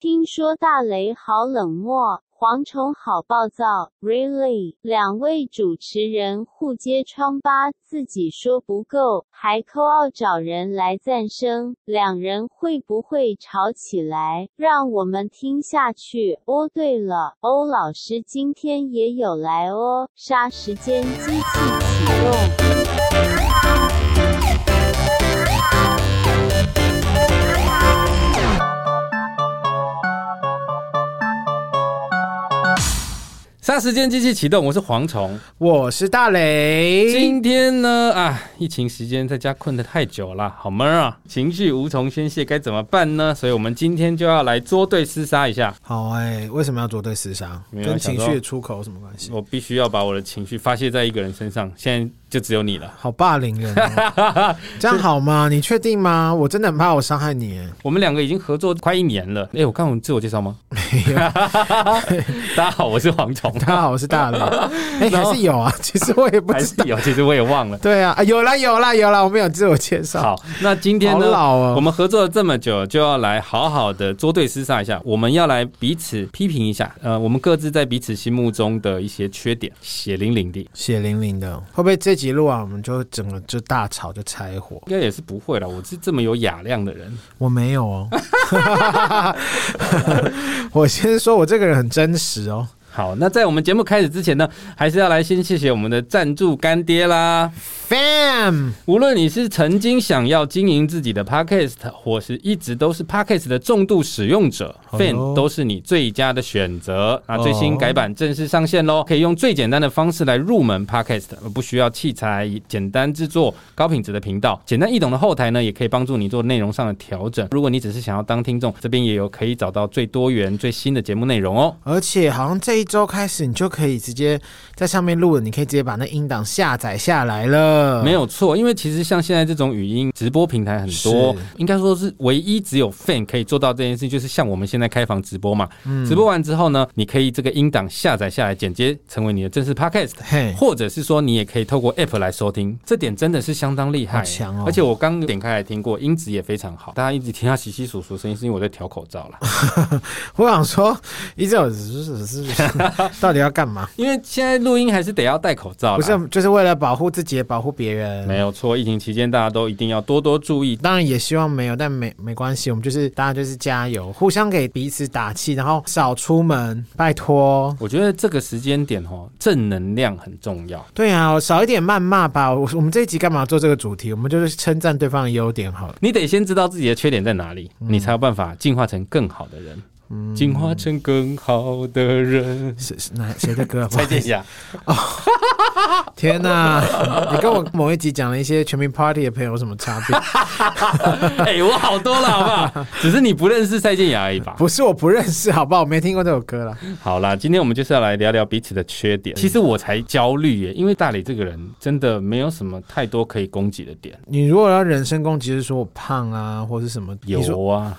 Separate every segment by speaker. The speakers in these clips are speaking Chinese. Speaker 1: 听说大雷好冷漠，蝗虫好暴躁，Really？两位主持人互揭疮疤，自己说不够，还扣傲找人来赞声，两人会不会吵起来？让我们听下去。哦，对了，欧老师今天也有来哦。杀时间机器启动。
Speaker 2: 杀时间机器启动，我是蝗虫。
Speaker 3: 我是大雷。
Speaker 2: 今天呢，啊，疫情时间在家困得太久了，好闷啊，情绪无从宣泄，该怎么办呢？所以我们今天就要来作对厮杀一下。
Speaker 3: 好哎、为什么要做对厮杀？
Speaker 2: 没有啊
Speaker 3: 跟
Speaker 2: 想
Speaker 3: 情
Speaker 2: 说
Speaker 3: 绪的出口有什么关系？
Speaker 2: 我必须要把我的情绪发泄在一个人身上，现在就只有你了。
Speaker 3: 好霸凌人、哦， 这样好吗？你确定吗？我真的很怕我伤害你耶。
Speaker 2: 我们两个已经合作快一年了。哎、我刚我自我介绍吗？
Speaker 3: 没有
Speaker 2: 大家好，我是蝗虫。
Speaker 3: 大家 好，我 是大雷。哎、
Speaker 2: 然后
Speaker 3: 还是有啊，其实我也不
Speaker 2: 还
Speaker 3: 知
Speaker 2: 是
Speaker 3: 道。
Speaker 2: 有，其实我也忘了。
Speaker 3: 对啊，啊有啦有啦有啦，我们有自我介 绍。
Speaker 2: 好，那今天
Speaker 3: 好
Speaker 2: 呢？
Speaker 3: 老哦
Speaker 2: 我们合作了这么久，就要来好好的作对厮杀一下。我们要来彼此批评一下，呃，我们各自在彼此心目中的一些缺点，血淋淋的。
Speaker 3: 血淋淋的，会不会这集录完我们就整个就大吵就拆伙？
Speaker 2: 应该也是不会了，我是这么有雅量的人。
Speaker 3: 我没有 哦， 我先说我这个人很真实哦。
Speaker 2: 好，那在我们节目开始之前呢，还是要来先谢谢我们的赞助干爹啦。
Speaker 3: Fam，
Speaker 2: 无论你是曾经想要经营自己的 podcast，或是一直都是 podcast 的重度使用者
Speaker 3: 好哟
Speaker 2: ，fan 都是你最佳的选择。那
Speaker 3: 哦
Speaker 2: 最新改版正式上线喽，可以用最简单的方式来入门 podcast，而不需要器材，简单制作高品质的频道，简单易懂的后台呢，也可以帮助你做内容上的调整。如果你只是想要当听众，这边也有可以找到最多元、最新的节目内容哦。
Speaker 3: 而且好像这一周开始，你就可以直接在上面录了，你可以直接把那音档下载下来了。
Speaker 2: 没有错，因为其实像现在这种语音直播平台很多
Speaker 3: 是，
Speaker 2: 应该说是唯一只有 Fan 可以做到这件事，就是像我们现在开房直播嘛，
Speaker 3: 嗯
Speaker 2: 直播完之后呢，你可以这个音档下载下来，剪接成为你的正式 Podcast。
Speaker 3: 嘿，
Speaker 2: 或者是说，你也可以透过 App 来收听，这点真的是相当厉害、
Speaker 3: 好强哦
Speaker 2: 而且我刚点开来听过，音质也非常好。大家一直听他稀稀疏疏的声音，是因为我在调口罩啦。
Speaker 3: 我想说，一直有到底要 干嘛？
Speaker 2: 因为现在录音还是得要戴口罩啦。
Speaker 3: 不是，啊就是为了保护自己，也保护别人。
Speaker 2: 没有错，疫情期间大家都一定要多多注意，
Speaker 3: 当然也希望没有，但没没关系，我们就是大家就是加油，互相给彼此打气，然后少出门，拜托。
Speaker 2: 我觉得这个时间点哦，正能量很重要。
Speaker 3: 对啊，少一点谩骂吧。我我们这一集干嘛做这个主题？我们就是称赞对方的优点好了。
Speaker 2: 你得先知道自己的缺点在哪里，
Speaker 3: 嗯
Speaker 2: 你才有办法进化成更好的人，进化成更好的人。
Speaker 3: 是是哪谁的歌？
Speaker 2: 蔡健雅，
Speaker 3: 天哪、 你跟我某一集讲了一些全民 Party 的朋友有什么差 别？
Speaker 2: 哎、我好多了，好 不好？只是你不认识蔡健雅而已吧？
Speaker 3: 不是我不认识，好不好？我没听过这首歌啦。
Speaker 2: 好啦，今天我们就是要来聊聊彼此的缺
Speaker 3: 嗯
Speaker 2: 点。其实我才焦虑耶，因为大理这个人真的没有什么太多可以攻击的点，
Speaker 3: 你如果要人身攻击，就是说我胖啊，或是什么？你说
Speaker 2: 有啊，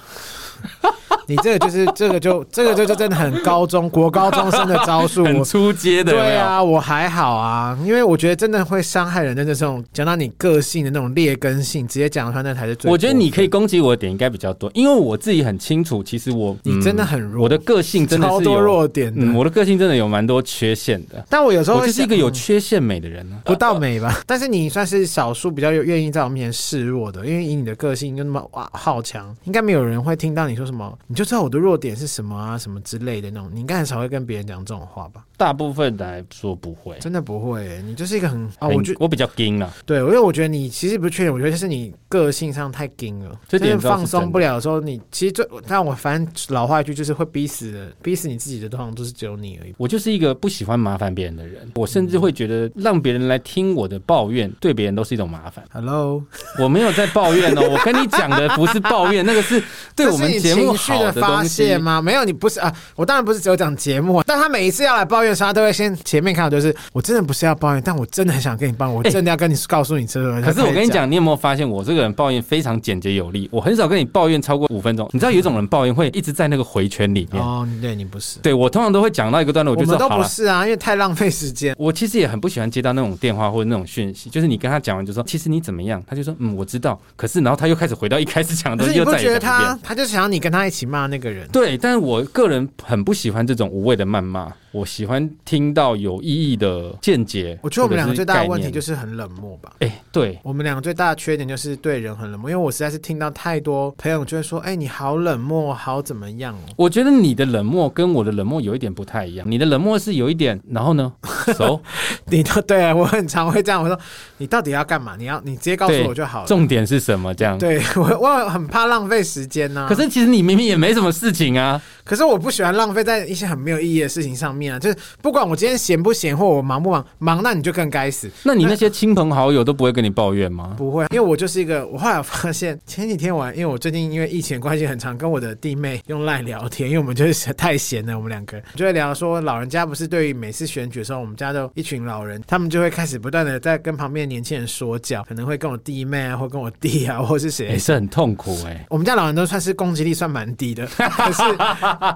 Speaker 3: 你这个就是这个就这个就就真的很高中国高中生的招 数。
Speaker 2: 很
Speaker 3: 我
Speaker 2: 出街的，有没
Speaker 3: 对
Speaker 2: 有？
Speaker 3: 啊，我还好啊，因为我觉得真的会伤害人的这种讲到你个性的那种劣根性，直接讲出来那才是最。
Speaker 2: 我觉得你可以，攻击我的点应该比较多，因为我自己很清楚，其实我
Speaker 3: 你
Speaker 2: 嗯
Speaker 3: 真的很弱
Speaker 2: 我的个性真的
Speaker 3: 超
Speaker 2: 是
Speaker 3: 多
Speaker 2: 有
Speaker 3: 弱点的
Speaker 2: 嗯，我的个性真的有蛮多缺陷的。
Speaker 3: 但我有时候
Speaker 2: 我
Speaker 3: 会
Speaker 2: 就是一
Speaker 3: 想嗯
Speaker 2: 个有缺陷美的人啊呢、
Speaker 3: 不到美吧，但是你算是少数比较有愿意在我面前示弱的，因为以你的个性就那么哇好强，应该没有人会听到你说什么，你就知道我的弱点是什么啊什么之类的那种，你应该很少会跟别人讲这种话吧？
Speaker 2: 大部分来说不会。
Speaker 3: 真的不会耶、你就是一个很啊，
Speaker 2: 很
Speaker 3: 我觉
Speaker 2: 我比较啊硬啦，
Speaker 3: 对，因为我觉得你其实不是缺点，我觉得就是你个性上太硬了，
Speaker 2: 这
Speaker 3: 就
Speaker 2: 点
Speaker 3: 是
Speaker 2: 倒是
Speaker 3: 放松不了的时候，你其实最但我反正老话一句就是会逼死的，逼死你自己的，通常都是只有你而已。
Speaker 2: 我就是一个不喜欢麻烦别人的人。我甚至会觉得让别人来听我的抱怨，对别人都是一种麻烦。
Speaker 3: Hello，
Speaker 2: 我没有在抱怨哦，我跟你讲的不是抱怨，那个是对我们
Speaker 3: 这是
Speaker 2: 节
Speaker 3: 你
Speaker 2: 目
Speaker 3: 情绪
Speaker 2: 好
Speaker 3: 的发
Speaker 2: 东西
Speaker 3: 泄。吗？没有，你不是啊，我当然不是只有讲节目啊，但他每一次要来抱怨的时候，他都会先前面看到就是我真的不是要抱怨，但我真的很想跟你抱怨，我真的要跟你告诉你这个。
Speaker 2: 哎可是
Speaker 3: 他
Speaker 2: 我
Speaker 3: 开始
Speaker 2: 跟你，讲，你有没有发现我这个人抱怨非常简洁有力？我很少跟你抱怨超过五分钟。你知道有一种人抱怨会一直在那个回圈里面，
Speaker 3: 哦，对你不是，
Speaker 2: 对我通常都会讲到一个段落，我
Speaker 3: 我
Speaker 2: 就
Speaker 3: 们
Speaker 2: 说
Speaker 3: 都
Speaker 2: 好
Speaker 3: 不
Speaker 2: 了。
Speaker 3: 是啊，因为太浪费时间。
Speaker 2: 我其实也很不喜欢接到那种电话或者那种讯息，就是你跟他讲完就说，其实你怎 么样，他就说，嗯，我知道，可是然后他又开始回到一开始讲的东
Speaker 3: 可是
Speaker 2: 西，
Speaker 3: 你
Speaker 2: 又
Speaker 3: 不
Speaker 2: 再
Speaker 3: 觉
Speaker 2: 也
Speaker 3: 得
Speaker 2: 讲一遍
Speaker 3: 他。他就想要你跟他一起骂那个人。
Speaker 2: 对，但是我个人很不喜欢这种无谓的谩骂，我喜欢听到有意义的见解。
Speaker 3: 我觉得我们两个最大的问题就是是很冷漠吧。
Speaker 2: 概念，哎、对，
Speaker 3: 我们两个最大的缺点就是对人很冷漠，因为我实在是听到太多朋友就会说：“哎、你好冷漠，好怎么样哦
Speaker 2: 我觉得你的冷漠跟我的冷漠有一点不太一样，你的冷漠是有一点，然后 呢，熟，？”
Speaker 3: 你都对啊我很常会这样，我说：“你到底要干嘛？你要你直接告诉
Speaker 2: 对
Speaker 3: 我就好了。
Speaker 2: 重点是什么？这样。
Speaker 3: 对”我我很怕浪费时间呐、
Speaker 2: 可是其实你明明也没什么事情啊，
Speaker 3: 可是我不喜欢浪费在一些很没有意义的事情上面啊，就是不管我今天闲不闲或我忙不忙，忙那你就更该死。
Speaker 2: 那你那些亲朋好友都不会跟你抱怨吗？
Speaker 3: 不会，因为我就是一个，我后来发现前几天玩，因为我最近因为疫情的关系，很常跟我的弟妹用赖聊天，因为我们就是太闲了，我们两个就会聊说，老人家不是对于每次选举的时候，我们家都一群老人，他们就会开始不断的在跟旁边的年轻人说教，可能会跟我弟妹啊，或跟我弟啊，或是
Speaker 2: 也、
Speaker 3: 谁。
Speaker 2: 是很痛苦哎、
Speaker 3: 我们家老人都算是攻击力算蛮低的，可是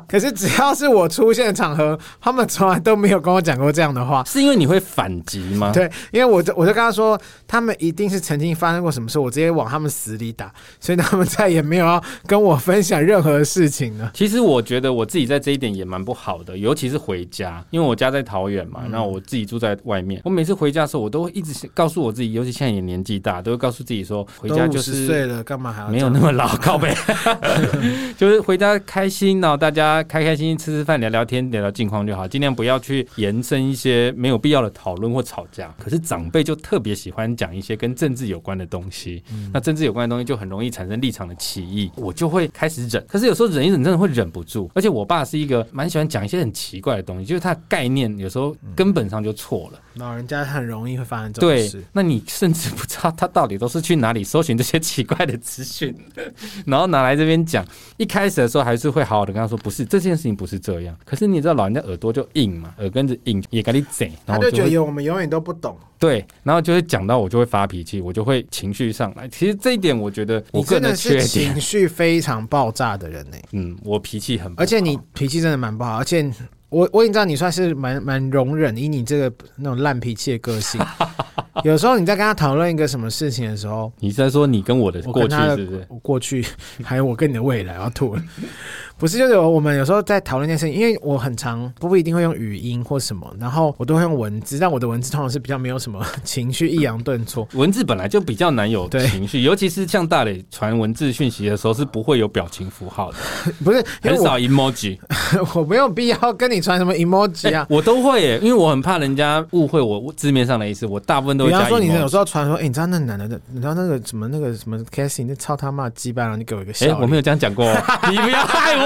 Speaker 3: 可是只要是我出现的场合，他们从来都没有跟我讲过这样的话，
Speaker 2: 是因为你会反击吗？
Speaker 3: 对，因为我就我就跟他说，他们一定是曾经发生过什么事，我直接往他们死里打，所以他们再也没有要跟我分享任何事情了。
Speaker 2: 其实我觉得我自己在这一点也蛮不好的，尤其是回家，因为我家在桃园
Speaker 3: 嗯
Speaker 2: 嘛，那、我自己住在外面。我每次回家的时候，我都会一直告诉我自己，尤其现在也年纪大，都会告诉自己说，回家就
Speaker 3: 都50
Speaker 2: 是
Speaker 3: 岁了，干嘛还要
Speaker 2: 没有那
Speaker 3: 这样
Speaker 2: 么老， 靠 背，就是回家开心，然后大家开开心心吃吃饭、聊聊天、聊聊近况就好，尽量不要去延伸一些没有必要的讨论或吵架。可是长辈就特别喜欢讲一些跟政治有关的东西，
Speaker 3: 嗯
Speaker 2: 那政治有关的东西就很容易产生立场的歧义，我就会开始忍。可是有时候忍一忍真的会忍不住，而且我爸是一个蛮喜欢讲一些很奇怪的东西，就是他的概念有时候
Speaker 3: 嗯
Speaker 2: 根本上就错了。
Speaker 3: 老人家很容易会发生这种
Speaker 2: 对
Speaker 3: 事。，
Speaker 2: 那你甚至不知道他到底都是去哪里搜寻这些奇怪的资讯， 然后拿来这边讲。一开始的时候还是会好好的跟他说，不是这件事情不是这样。可是你知道老人家耳朵就硬嘛，耳根子硬也跟你贼，然
Speaker 3: 他
Speaker 2: 后
Speaker 3: 就
Speaker 2: 我
Speaker 3: 觉
Speaker 2: 就
Speaker 3: 得
Speaker 2: 会
Speaker 3: 有我们永远都不懂，
Speaker 2: 对，然后就会讲到我就会发脾气，我就会情绪上来。其实这一点我觉得我
Speaker 3: 你
Speaker 2: 个
Speaker 3: 真
Speaker 2: 人
Speaker 3: 的
Speaker 2: 缺
Speaker 3: 是
Speaker 2: 点
Speaker 3: 情，绪非常爆炸的人呢、 欸
Speaker 2: 嗯，我脾气很不好，
Speaker 3: 而且你脾气真的蛮不好，而且我我已经知道你算是蛮蛮容忍，以你这个那种烂脾气的 个性，有时候你在跟他讨论一个什么事情的时候，
Speaker 2: 你是在说你跟我的
Speaker 3: 我
Speaker 2: 过
Speaker 3: 跟
Speaker 2: 去
Speaker 3: 他的
Speaker 2: 是不是？
Speaker 3: 我过去， 还有我跟你的未来，我要吐了。 不是，就是我们有时候在讨论一件事情，因为我很常不一定会用语音或什么，然后我都会用文字，但我的文字通常是比较没有什么 情绪抑扬顿挫。
Speaker 2: 文字本来就比较难有
Speaker 3: 对
Speaker 2: 情绪，尤其是像大磊传文字讯息的时候是不会有表情符号的，
Speaker 3: 不是，
Speaker 2: 很
Speaker 3: 因为哎我
Speaker 2: 少 emoji。
Speaker 3: 我没有必要跟你传什么 emoji 啊
Speaker 2: 欸。我都会耶，因为我很怕人家误会我字面上的意思，我大部 分都
Speaker 3: 比
Speaker 2: 会
Speaker 3: 方
Speaker 2: 加
Speaker 3: 说，你
Speaker 2: emoji
Speaker 3: 有时候传说，哎、你知道那男的，你知道那个什么那个什么 Cassie，那操他妈的鸡巴，然后你给我一个笑
Speaker 2: 哎、
Speaker 3: 脸、
Speaker 2: 我没有这样讲 过哦，你不要害我。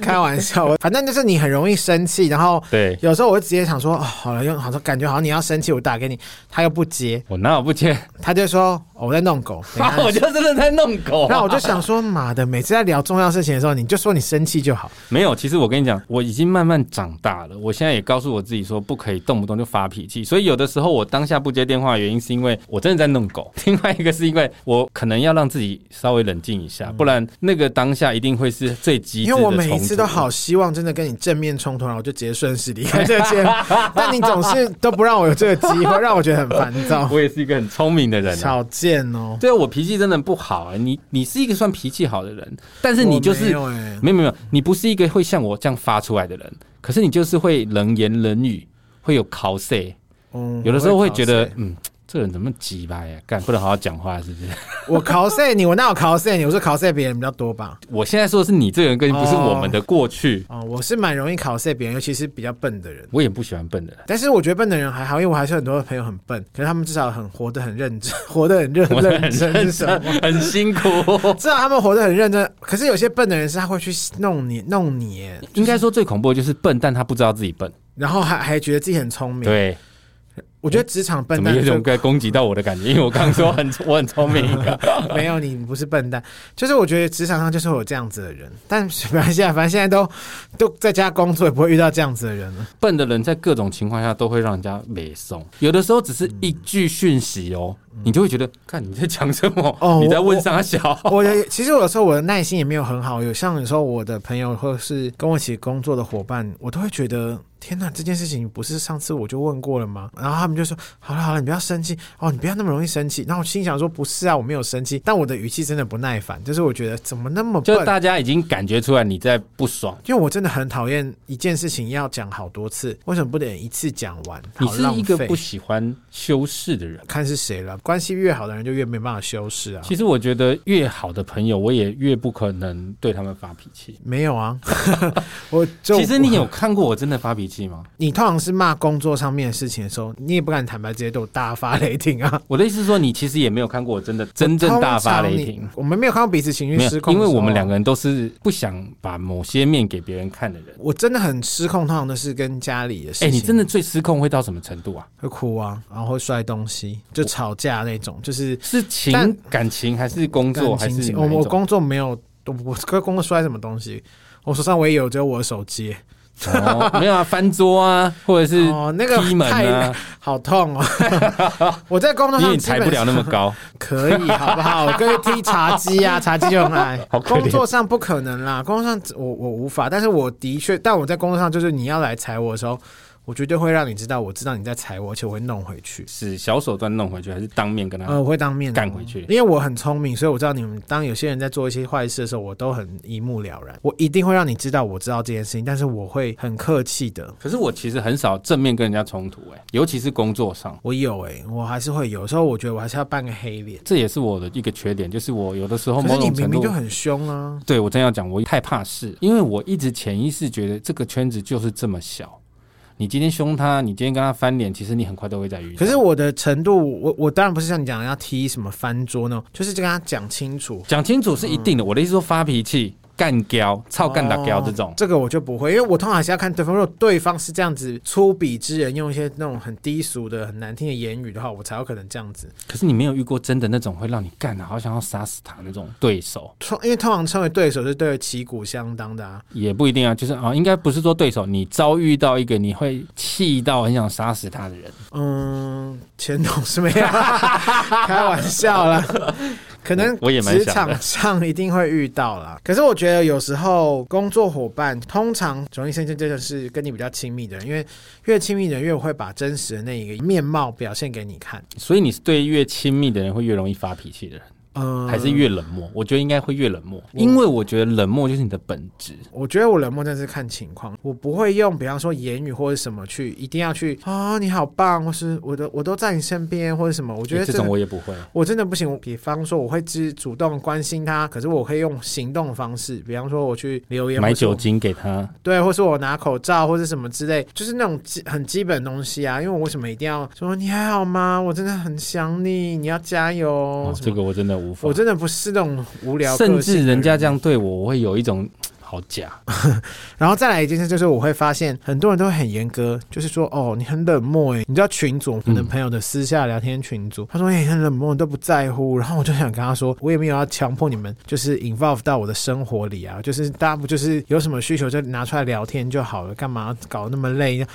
Speaker 3: 开玩笑，我反正就是你很容易生气，然后
Speaker 2: 对
Speaker 3: 有时候我会直接想说，哦，好了，用好像感觉好像你要生气，我打给你，他又不接，
Speaker 2: 我哪有不接？
Speaker 3: 他就说、哦我在 弄狗，等一下
Speaker 2: 我就真的在弄狗。
Speaker 3: 那我就想说，妈的，每次在聊重要事情的时候，你就说你生气就好。
Speaker 2: 没有，其实我跟你讲，我已经慢慢长大了。我现在也告诉我自己说，不可以动不动就发脾气。所以有的时候我当下不接电话，的原因是因为我真的在弄 狗；另外一个是因为我可能要让自己稍微冷静一下，不然那个当下一定会是最极致的
Speaker 3: 嗯因为
Speaker 2: 冲突。
Speaker 3: 我每一次都好希望真的跟你正面冲突，然后我就直接顺势离开这个 节目，但你总是都不让我有这个机会，让我觉得很烦 躁，
Speaker 2: 我也是一个很聪明的人、啊。
Speaker 3: 少见哦。
Speaker 2: 对啊，我脾气真的不好啊、你你是一个算脾气好的人，但是你就是
Speaker 3: 我没有欸
Speaker 2: 没有没有，你不是一个会像我这样发出来的人，可是你就是会冷言冷语，会有 cos，
Speaker 3: 嗯
Speaker 2: 有的时候会觉
Speaker 3: 我
Speaker 2: 得
Speaker 3: 考试
Speaker 2: 嗯，这人怎么鸡巴呀？干不能好好讲话是不 是？
Speaker 3: 我 cos 你，我那我 cos 你，我是 cos 别人比较多吧。
Speaker 2: 我现在说的是你这个人，跟不是我们的过去。
Speaker 3: 哦，我是蛮容易 cos 别人，尤其是比较笨的人。
Speaker 2: 我也不喜欢笨的人，
Speaker 3: 但是我觉得笨的人还好，因为我还是很多朋友很笨，可是他们至少很活得很认真，活得很 认
Speaker 2: 我
Speaker 3: 认
Speaker 2: 很
Speaker 3: 真是
Speaker 2: 认
Speaker 3: 什么
Speaker 2: 真，？ 很辛 苦。
Speaker 3: 知道他们活得很认真，可是有些笨的人是他会去弄你弄你耶，
Speaker 2: 应该说最恐怖的就是笨，但他不知道自己笨。
Speaker 3: 然后还还觉得自己很聪明。，
Speaker 2: 对，
Speaker 3: 我觉得职场笨
Speaker 2: 怎么
Speaker 3: 蛋
Speaker 2: 有一种
Speaker 3: 就
Speaker 2: 该攻击到我的感觉？因为我刚说很 我很聪明。
Speaker 3: 没有你不是笨蛋，就是我觉得职场上就是会有这样子的人，但是 没关系啊，反正现在都都在家工作，也不会遇到这样子的人了。
Speaker 2: 笨的人在各种情况下都会让人家美送，有的时候只是一句讯息哦，你就会觉得，看你在讲什么，
Speaker 3: 嗯哦
Speaker 2: 你在问啥小？
Speaker 3: 我的其实我有时候我的耐心也没有很好，有像有时候我的朋友或是跟我一起工作的伙伴，我都会觉得。天哪，这件事情不是上次我就问过了吗？然后他们就说好了好了，你不要生气哦，你不要那么容易生气。然后我心想说不是啊，我没有生气，但我的语气真的不耐烦，就是我觉得怎么那么
Speaker 2: 就
Speaker 3: 笨。
Speaker 2: 大家已经感觉出来你在不爽。
Speaker 3: 因为我真的很讨厌一件事情要讲好多次，为什么不能一次讲完？
Speaker 2: 你
Speaker 3: 好
Speaker 2: 是
Speaker 3: 浪
Speaker 2: 一个
Speaker 3: 费
Speaker 2: 不喜欢修饰的人。
Speaker 3: 看是谁了，关系越好的人就越没办法修饰啊。
Speaker 2: 其实我觉得越好的朋友，我也越不可能对他们发脾气。
Speaker 3: 没有啊， 我就
Speaker 2: 其实你有看过我真的发脾气吗？
Speaker 3: 你通常是骂工作上面的事情的时候，你也不敢坦白直接对我大发雷霆啊。
Speaker 2: 我的意思是说，你其实也没有看过我真的真正大发雷
Speaker 3: 通常
Speaker 2: 霆
Speaker 3: 你，。我们没有看到彼此情
Speaker 2: 没
Speaker 3: 绪
Speaker 2: 有
Speaker 3: 失，控，
Speaker 2: 因为我们两个。人都是不想把某些面给别人看的人。
Speaker 3: 我真的很失控，通常都是跟家里的事
Speaker 2: 哎、
Speaker 3: 情。
Speaker 2: 你真的最失控会到什么程度啊？
Speaker 3: 会哭啊，然后会摔东西，就吵架那种，就是
Speaker 2: 是情
Speaker 3: 但
Speaker 2: 感情还是工作还
Speaker 3: 感情
Speaker 2: 是
Speaker 3: 我
Speaker 2: 哪一
Speaker 3: 我
Speaker 2: 种？
Speaker 3: 工作没有，我我工作摔什么东西，我手上唯一有只有我的手机，
Speaker 2: 哦，没有啊，翻桌 啊，或者是
Speaker 3: 哦那个
Speaker 2: 踢门啊，
Speaker 3: 好痛哦！ 我在工作
Speaker 2: 因为
Speaker 3: 上
Speaker 2: 你
Speaker 3: 基本
Speaker 2: 抬不了那么高。
Speaker 3: 可以，好不好？我 可以踢茶几啊，茶几就很矮。
Speaker 2: 好可怜
Speaker 3: 工作上不可能啦，工作上我我无法，但是我的确，但我在工作上就是你要来踩我的时候，我绝对会让你知道，我知道你在踩我，而且我会弄回去。
Speaker 2: 是小手段弄回去，还是当面跟他？
Speaker 3: 呃，我会当面
Speaker 2: 啊干回去
Speaker 3: 因为我很聪明，所以我知道你们当有些人在做一些坏事的时候，我都很一目了然。我一定会让你知道我知道这件事情，但是我会很客气的。
Speaker 2: 可是我其实很少正面跟人家冲突、哎，尤其是工作上，
Speaker 3: 我有诶、我还是会有有时候，我觉得我还是要扮个黑脸。
Speaker 2: 这也是我的一个缺点，就是我有的时候
Speaker 3: 可是
Speaker 2: 某种
Speaker 3: 你明
Speaker 2: 程
Speaker 3: 明
Speaker 2: 度
Speaker 3: 就。很凶啊！
Speaker 2: 对，我真要讲，我太怕事，因为我一直潜意识觉得这个圈子就是这么小。你今天凶他，你今天跟他翻脸，其实你很快都会再遇到。
Speaker 3: 可是我的程度，我我当然不是像你讲的要踢什么翻桌那种，就是跟他讲清楚。
Speaker 2: 讲清楚是一定的，我的意思说发脾气、干屌、操干打屌这种
Speaker 3: 哦，这个我就不会，因为我通常还是要看对方。如果对方是这样子粗鄙之人，用一些那种很低俗的、很难听的言语的话，我才有可能这样子。
Speaker 2: 可是你没有遇过真的那种会让你干的，好想要杀死他那种对手，
Speaker 3: 通因为通常称为对手是对旗鼓相当的啊。
Speaker 2: 也不一定啊。就是啊，应该不是说对手，你遭遇到一个你会气到很想杀死他的人，
Speaker 3: 嗯，前同事没有， 开玩笑啦。可能
Speaker 2: 我我也蛮
Speaker 3: 职
Speaker 2: 想的
Speaker 3: 场上一定会遇到啦。可是我觉得有时候工作伙伴通常容易生气，真的是跟你比较亲密的人，因为越亲密的人越会把真实的那一个面貌表现给你看。
Speaker 2: 所以你是对越亲密的人会越容易发脾气的人，
Speaker 3: 嗯，
Speaker 2: 还是越冷漠？我觉得应该会越冷漠，因为我觉得冷漠就是你的本质。
Speaker 3: 我觉得我冷漠真的是看情况，我不会用比方说言语或者什么去一定要去啊、你好棒，或是我都我都在你身边或者什么。我觉得
Speaker 2: 这
Speaker 3: 真
Speaker 2: 种
Speaker 3: 的
Speaker 2: 我也不会。
Speaker 3: 我真的不行。比方说，我会只主动关心他，可是我可以用行动方式，比方说我去留言、
Speaker 2: 买
Speaker 3: 或是我
Speaker 2: 酒精给他，
Speaker 3: 对，或是我拿口罩或是什么之类，就是那种基很基本的东西啊。因为我为什么一定要说你还好吗？我真的很想你，你要加油。
Speaker 2: 哦，
Speaker 3: 什么
Speaker 2: 这个我真的无法
Speaker 3: 我。真的不是那种无聊，
Speaker 2: 甚至人家这。样对我，我会有一种好假。
Speaker 3: 然后再来一件事，就是我会发现很多人都会很严格，就是说哦，你很冷漠诶，你知道群主可能朋友的私下聊天群组，他说哎、你很冷漠，你都不在乎。然后我就想跟他说，我也没有要强迫你们，就是 involve 到我的生活里啊，就是大家不就是有什么需求就拿出来聊天就好了，干嘛搞那么累？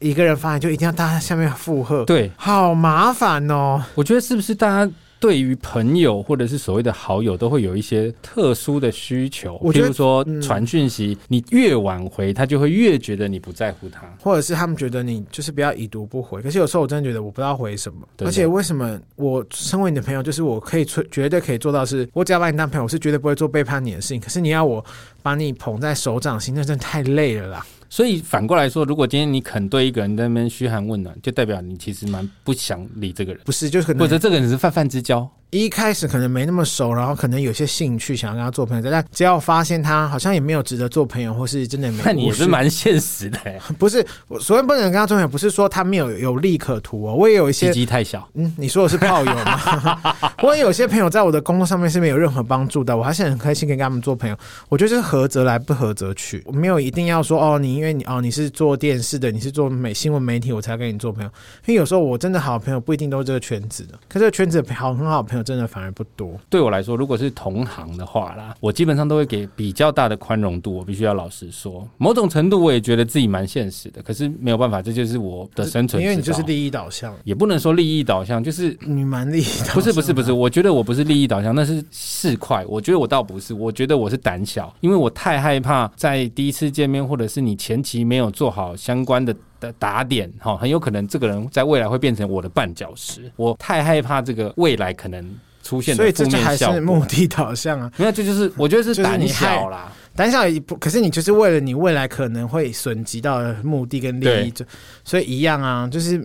Speaker 3: 一个人发言就一定要大家在下面附和，
Speaker 2: 对，
Speaker 3: 好麻烦哦。
Speaker 2: 我觉得是不是大家对于朋友或者是所谓的好友，都会有一些特殊的需求？
Speaker 3: 我
Speaker 2: 比
Speaker 3: 觉得
Speaker 2: 如说
Speaker 3: 嗯
Speaker 2: 传讯息，你越晚回，他就会越觉得你不在乎他。
Speaker 3: 或者是他们觉得你就是不要已读不回。可是有时候我真的觉得我不知道回什么，
Speaker 2: 对
Speaker 3: 而且为什么我身为你的朋友，就是我可以吹绝对可以做到是，我只要把你当朋友，我是绝对不会做背叛你的事情。可是你要我把你捧在手掌心，那真的太累了啦。
Speaker 2: 所以反过来说，如果今天你肯对一个人在那边嘘寒问暖，就代表你其实蛮不想理这个人，
Speaker 3: 不是，就是可
Speaker 2: 或
Speaker 3: 能
Speaker 2: 者这个人是泛泛之交。
Speaker 3: 一开始可能没那么熟，然后可能有些兴趣想要跟他做朋友，但只要发现他好像也没有值得做朋友，或是真的没，
Speaker 2: 那你也
Speaker 3: 我
Speaker 2: 是蛮现实 的、欸，
Speaker 3: 不是，我所谓不能跟他做朋友，不是说他没有有利可图哦，我也有一
Speaker 2: 鸡
Speaker 3: 些
Speaker 2: 鸡太小。
Speaker 3: 嗯，你说的是炮友吗？ 我也有些朋友在我的工作上面是没有任何帮助的，我还是很开心可以跟他们做朋友。我觉得这是合则来，不合则去，我没有一定要说哦，你因为你哦你是做电视的，你是做美新闻媒体，我才跟你做朋友。因为有时候我真的好朋友不一定都是这个圈子的，可这个圈子的好很好的朋友友真的反而不多。
Speaker 2: 对我来说，如果是同行的话啦，我基本上都会给比较大的宽容度。我必须要老实说，某种程度我也觉得自己蛮现实的，可是没有办法，这就是我的生存之道。
Speaker 3: 因为你就是利益导向，
Speaker 2: 也不能说利益导向，就是啊
Speaker 3: 你蛮利益导向的。
Speaker 2: 不是不是不是，我觉得我不是利益导向，那是市侩。我觉得我倒不是，我觉得我是胆小，因为我太害怕在第一次见面，或者是你前期没有做好相关的。的打点哈、很有可能这个人在未来会变成我的绊脚石。我太害怕这个未来可能出现的
Speaker 3: 所以
Speaker 2: 负
Speaker 3: 这就还
Speaker 2: 面效
Speaker 3: 是
Speaker 2: 果。
Speaker 3: 目的导向啊。
Speaker 2: 没有，这就是我觉得是
Speaker 3: 就是
Speaker 2: 胆
Speaker 3: 你
Speaker 2: 小
Speaker 3: 害
Speaker 2: 啦。
Speaker 3: 胆小也不，可是你就是为了你未来可能会损及到的目的跟利益，就所以一样啊。就是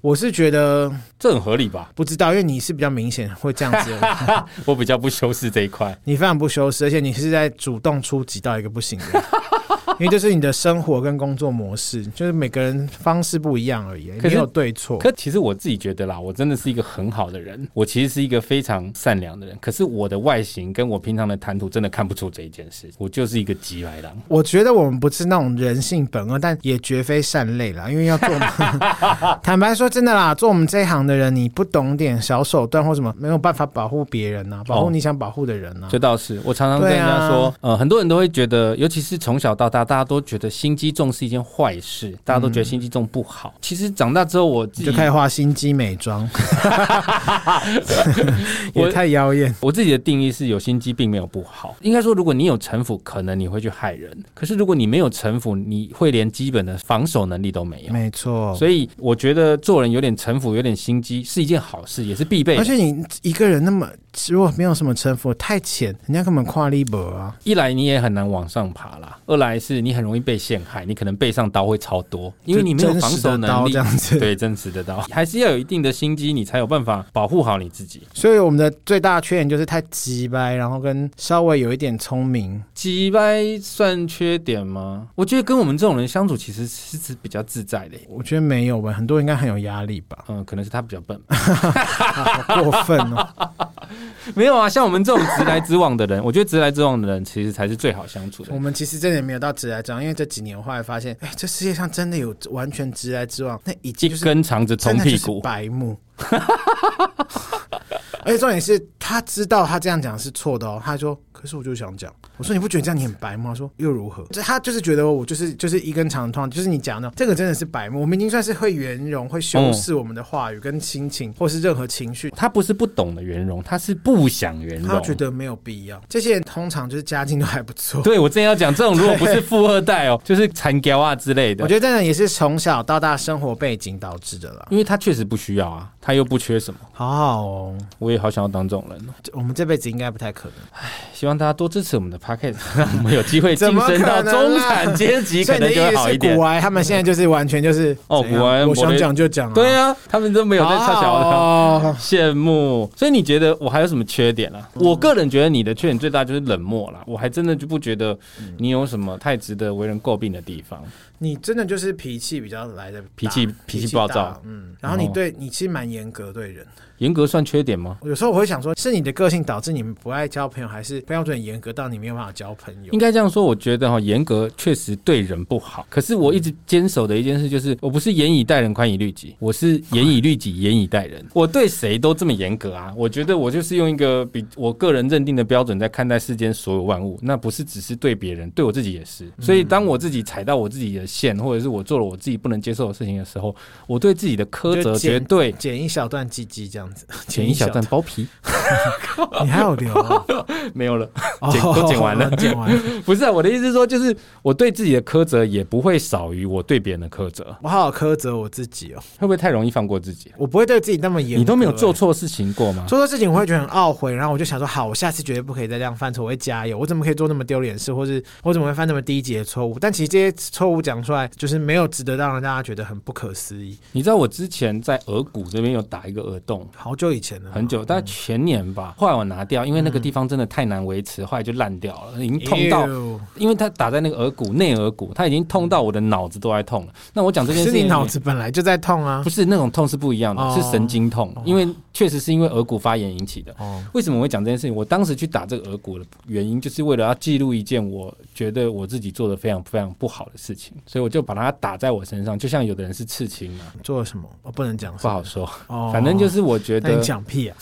Speaker 3: 我是觉得
Speaker 2: 这很合理吧？
Speaker 3: 不知道，因为你是比较明显会这样子的 人，
Speaker 2: 我比较不修饰这一块。
Speaker 3: 你非常不修饰，而且你是在主动出击到一个不行的 人。因为这是你的生活跟工作模式，就是每个人方式不一样而已，
Speaker 2: 可是
Speaker 3: 没有对错。
Speaker 2: 可其实我自己觉得啦，我真的是一个很好的人，我其实是一个非常善良的人。可是我的外形跟我平常的谈吐真的看不出这一件事，我就是一个急来狼。
Speaker 3: 我觉得我们不是那种人性本恶，但也绝非善类啦。因为要做， 坦白说，真的啦，做我们这一行的人，你不懂点小手段或什么，没有办法保护别人呐、保护你想保护的人呐、啊
Speaker 2: 这倒哦是，我常常跟人家说，呃，很多人都会觉得，尤其是从小到大，大家都觉得心机重是一件坏事，大家都觉得心机重不好。其实长大之后，我自
Speaker 3: 嗯你
Speaker 2: 己
Speaker 3: 就开始画心机美妆， 也太妖 艳。
Speaker 2: 我自己的定义是有心机并没有不好，应该说，如果你有城府，可能你会去害人；可是如果你没有城府，你会连基本的防守能力都没有。
Speaker 3: 没错，
Speaker 2: 所以我觉得做人有点城府、有点心机是一件好事，也是必备
Speaker 3: 而
Speaker 2: 的。
Speaker 3: 且你一个人那么如果没有什么城府，太浅，人家根本跨立博啊。
Speaker 2: 一来你也很难往上爬啦，二来是你很容易被陷害，你可能背上刀会超多，因为你没有防守
Speaker 3: 就真实的
Speaker 2: 能
Speaker 3: 刀
Speaker 2: 力
Speaker 3: 这。样子，
Speaker 2: 对，真实的刀还是要有一定的心机，你才有办法保护好你自己。
Speaker 3: 所以我们的最大缺点就是太急掰，然后跟稍微有一点聪明，
Speaker 2: 几掰算缺点吗？我觉得跟我们这种人相处，其实是是比较自在的耶。
Speaker 3: 我觉得没有吧，很多人应该很有压力吧，
Speaker 2: 嗯，可能是他比较笨。
Speaker 3: 好过分哦。
Speaker 2: 没有啊，像我们这种直来直往的人，我觉得直来直往的人其实才是最好相处的
Speaker 3: 我。们其实真的也没有到直来直往，因为这几年我后来发现，哎、这世界上真的有完全直来直往，那已
Speaker 2: 一
Speaker 3: 经就是
Speaker 2: 根肠子
Speaker 3: 真
Speaker 2: 捅
Speaker 3: 的就
Speaker 2: 屁
Speaker 3: 是
Speaker 2: 股，
Speaker 3: 白目。 而且重点是他知道他这样讲是错的哦，他说：“可是我就想讲。”我说：“你不觉得这样你很白吗？”他说：“又如何？”这他就是觉得我就是就是一根长痛，就是你讲的这个真的是白目。我们已经算是会圆融、会修饰我们的话语跟心情，或是任何情绪。
Speaker 2: 他不是不懂得圆融，他是不想圆
Speaker 3: 他
Speaker 2: 融。
Speaker 3: 觉得没有必要。这些人通常就是家境都还不错，
Speaker 2: 对我正要讲这种，如果不是富二代哦，就是残雕啊之类
Speaker 3: 我
Speaker 2: 的。
Speaker 3: 觉得真的也是从小到大生活背景导致的啦。
Speaker 2: 因为他确实不需要啊，他又不缺什么，
Speaker 3: 好好哦，
Speaker 2: 我也好想要当这种人哦。
Speaker 3: 这我们这辈子应该不太可能。
Speaker 2: 希望大家多支持我们的 p a c k a g e 让我们有机会晋升到
Speaker 3: 怎么可能
Speaker 2: 中
Speaker 3: 啊
Speaker 2: 产阶级，
Speaker 3: 所
Speaker 2: 可
Speaker 3: 以你
Speaker 2: 能就
Speaker 3: 的
Speaker 2: 会
Speaker 3: 意思
Speaker 2: 好一
Speaker 3: 是
Speaker 2: 点
Speaker 3: 古。玩他们现在就是完全就是
Speaker 2: 哦
Speaker 3: 怎样
Speaker 2: 古玩
Speaker 3: 我
Speaker 2: 我
Speaker 3: 想
Speaker 2: 的
Speaker 3: 讲就讲、啊，
Speaker 2: 对啊，他们都没有在插小的。
Speaker 3: 哦，
Speaker 2: 羡慕，所以你觉得我还有什么缺点啊？我个人觉得你的缺点最大就是冷漠啦，我还真的就不觉得你有什么太值得为人诟病的地方。
Speaker 3: 你真的就是脾气比较来的大
Speaker 2: 脾气脾气暴躁
Speaker 3: 大嗯，然后
Speaker 2: 然
Speaker 3: 你
Speaker 2: 后
Speaker 3: 对你其实蛮严格对人，
Speaker 2: 严格算缺点吗？
Speaker 3: 有时候我会想说，是你的个性导致你不爱交朋友，还是标准严格到你没有办法交朋友
Speaker 2: 应？该这样说，我觉得哈，严格确实对人不好。可是我一直坚守的一件事就是，我不是严以待人，宽以律己，我是严以律己，严以待人。我对谁都这么严格啊！我觉得我就是用一个比我个人认定的标准在看待世间所有万物，那不是只是对别人，对我自己也是。所以当我自己踩到我自己的线，或者是我做了我自己不能接受的事情的时候，我对自己的苛责
Speaker 3: 就减
Speaker 2: 绝对
Speaker 3: 剪一小段鸡鸡这样子，
Speaker 2: 剪一小段包皮
Speaker 3: 你还有留啊？
Speaker 2: 没有了。
Speaker 3: 哦
Speaker 2: 剪都剪 完了
Speaker 3: 剪完了。
Speaker 2: 不是、啊、我的意思是说，就是我对自己的苛责也不会少于我对别人的苛责。
Speaker 3: 我好好苛责我自己哦，
Speaker 2: 会不会太容易放过自己？
Speaker 3: 我不会对自己那么严格。啊
Speaker 2: 你都没有做错事情过吗？
Speaker 3: 做错事情，我会觉得很懊悔，然后我就想说，好，我下次绝对不可以再这样犯错，我会加油。我怎么可以做那么丢脸的事，或是我怎么会犯那么低级的错误？但其实这些错误讲出来，就是没有值得让大家觉得很不可思议。
Speaker 2: 你知道我之前在耳骨这边有打一个耳洞，
Speaker 3: 好久以前了，
Speaker 2: 很久，大概前年吧。后来我拿掉，因为那个地方真的太难维持，后来就烂掉了，已经痛到，
Speaker 3: 嗯 Ew
Speaker 2: 因为它打在那个耳骨内耳骨，它已经痛到我的脑子都在痛了。那我讲这
Speaker 3: 可
Speaker 2: 件事
Speaker 3: 是
Speaker 2: 情，
Speaker 3: 你脑子本来就在痛啊
Speaker 2: 不。是那种痛是不一样的，
Speaker 3: 哦
Speaker 2: 是神经痛，因为确实是因为耳骨发炎引起的。
Speaker 3: 哦，
Speaker 2: 为什么我会讲这件事情？我当时去打这个耳骨的原因，就是为了要记录一件我觉得我自己做的非常非常不好的事情，所以我就把它打在我身上，就像有的人是刺青嘛，
Speaker 3: 做了什么？我不能讲，
Speaker 2: 不好说。
Speaker 3: 哦
Speaker 2: 反正就是我觉
Speaker 3: 那你
Speaker 2: 得，
Speaker 3: 讲屁啊！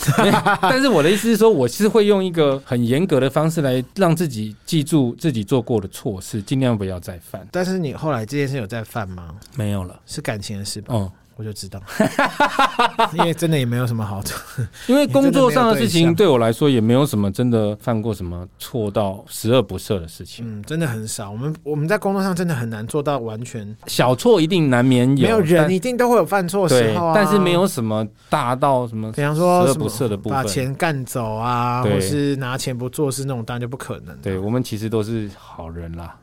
Speaker 2: 但是我的意思是说，我是会用一个很严格的方式来让自己记住自己做过的错事，尽量不要再犯。
Speaker 3: 但是你后来这件事有在犯吗？
Speaker 2: 没有了，
Speaker 3: 是感情的事吧？
Speaker 2: 嗯，
Speaker 3: 我就 知道，因为真的也没有什么好处。
Speaker 2: 因为工作上的事
Speaker 3: 你真的没有对
Speaker 2: 情
Speaker 3: 象
Speaker 2: 对我来说也没有什么真的犯过什么错到十恶不赦的事情，
Speaker 3: 嗯，真的很少。我们我们在工作上真的很难做到完全
Speaker 2: 小错一定难免有，
Speaker 3: 没有人
Speaker 2: 但
Speaker 3: 一定都会有犯错的时
Speaker 2: 对
Speaker 3: 候啊，，啊
Speaker 2: 但是没有什么大到什么
Speaker 3: 比方说
Speaker 2: 十恶
Speaker 3: 什
Speaker 2: 不
Speaker 3: 么
Speaker 2: 赦的部
Speaker 3: 把
Speaker 2: 分。
Speaker 3: 钱干走啊，
Speaker 2: 对
Speaker 3: 或是拿钱不做事那种，当然就不可能。
Speaker 2: 对，我们其实都是好人啦。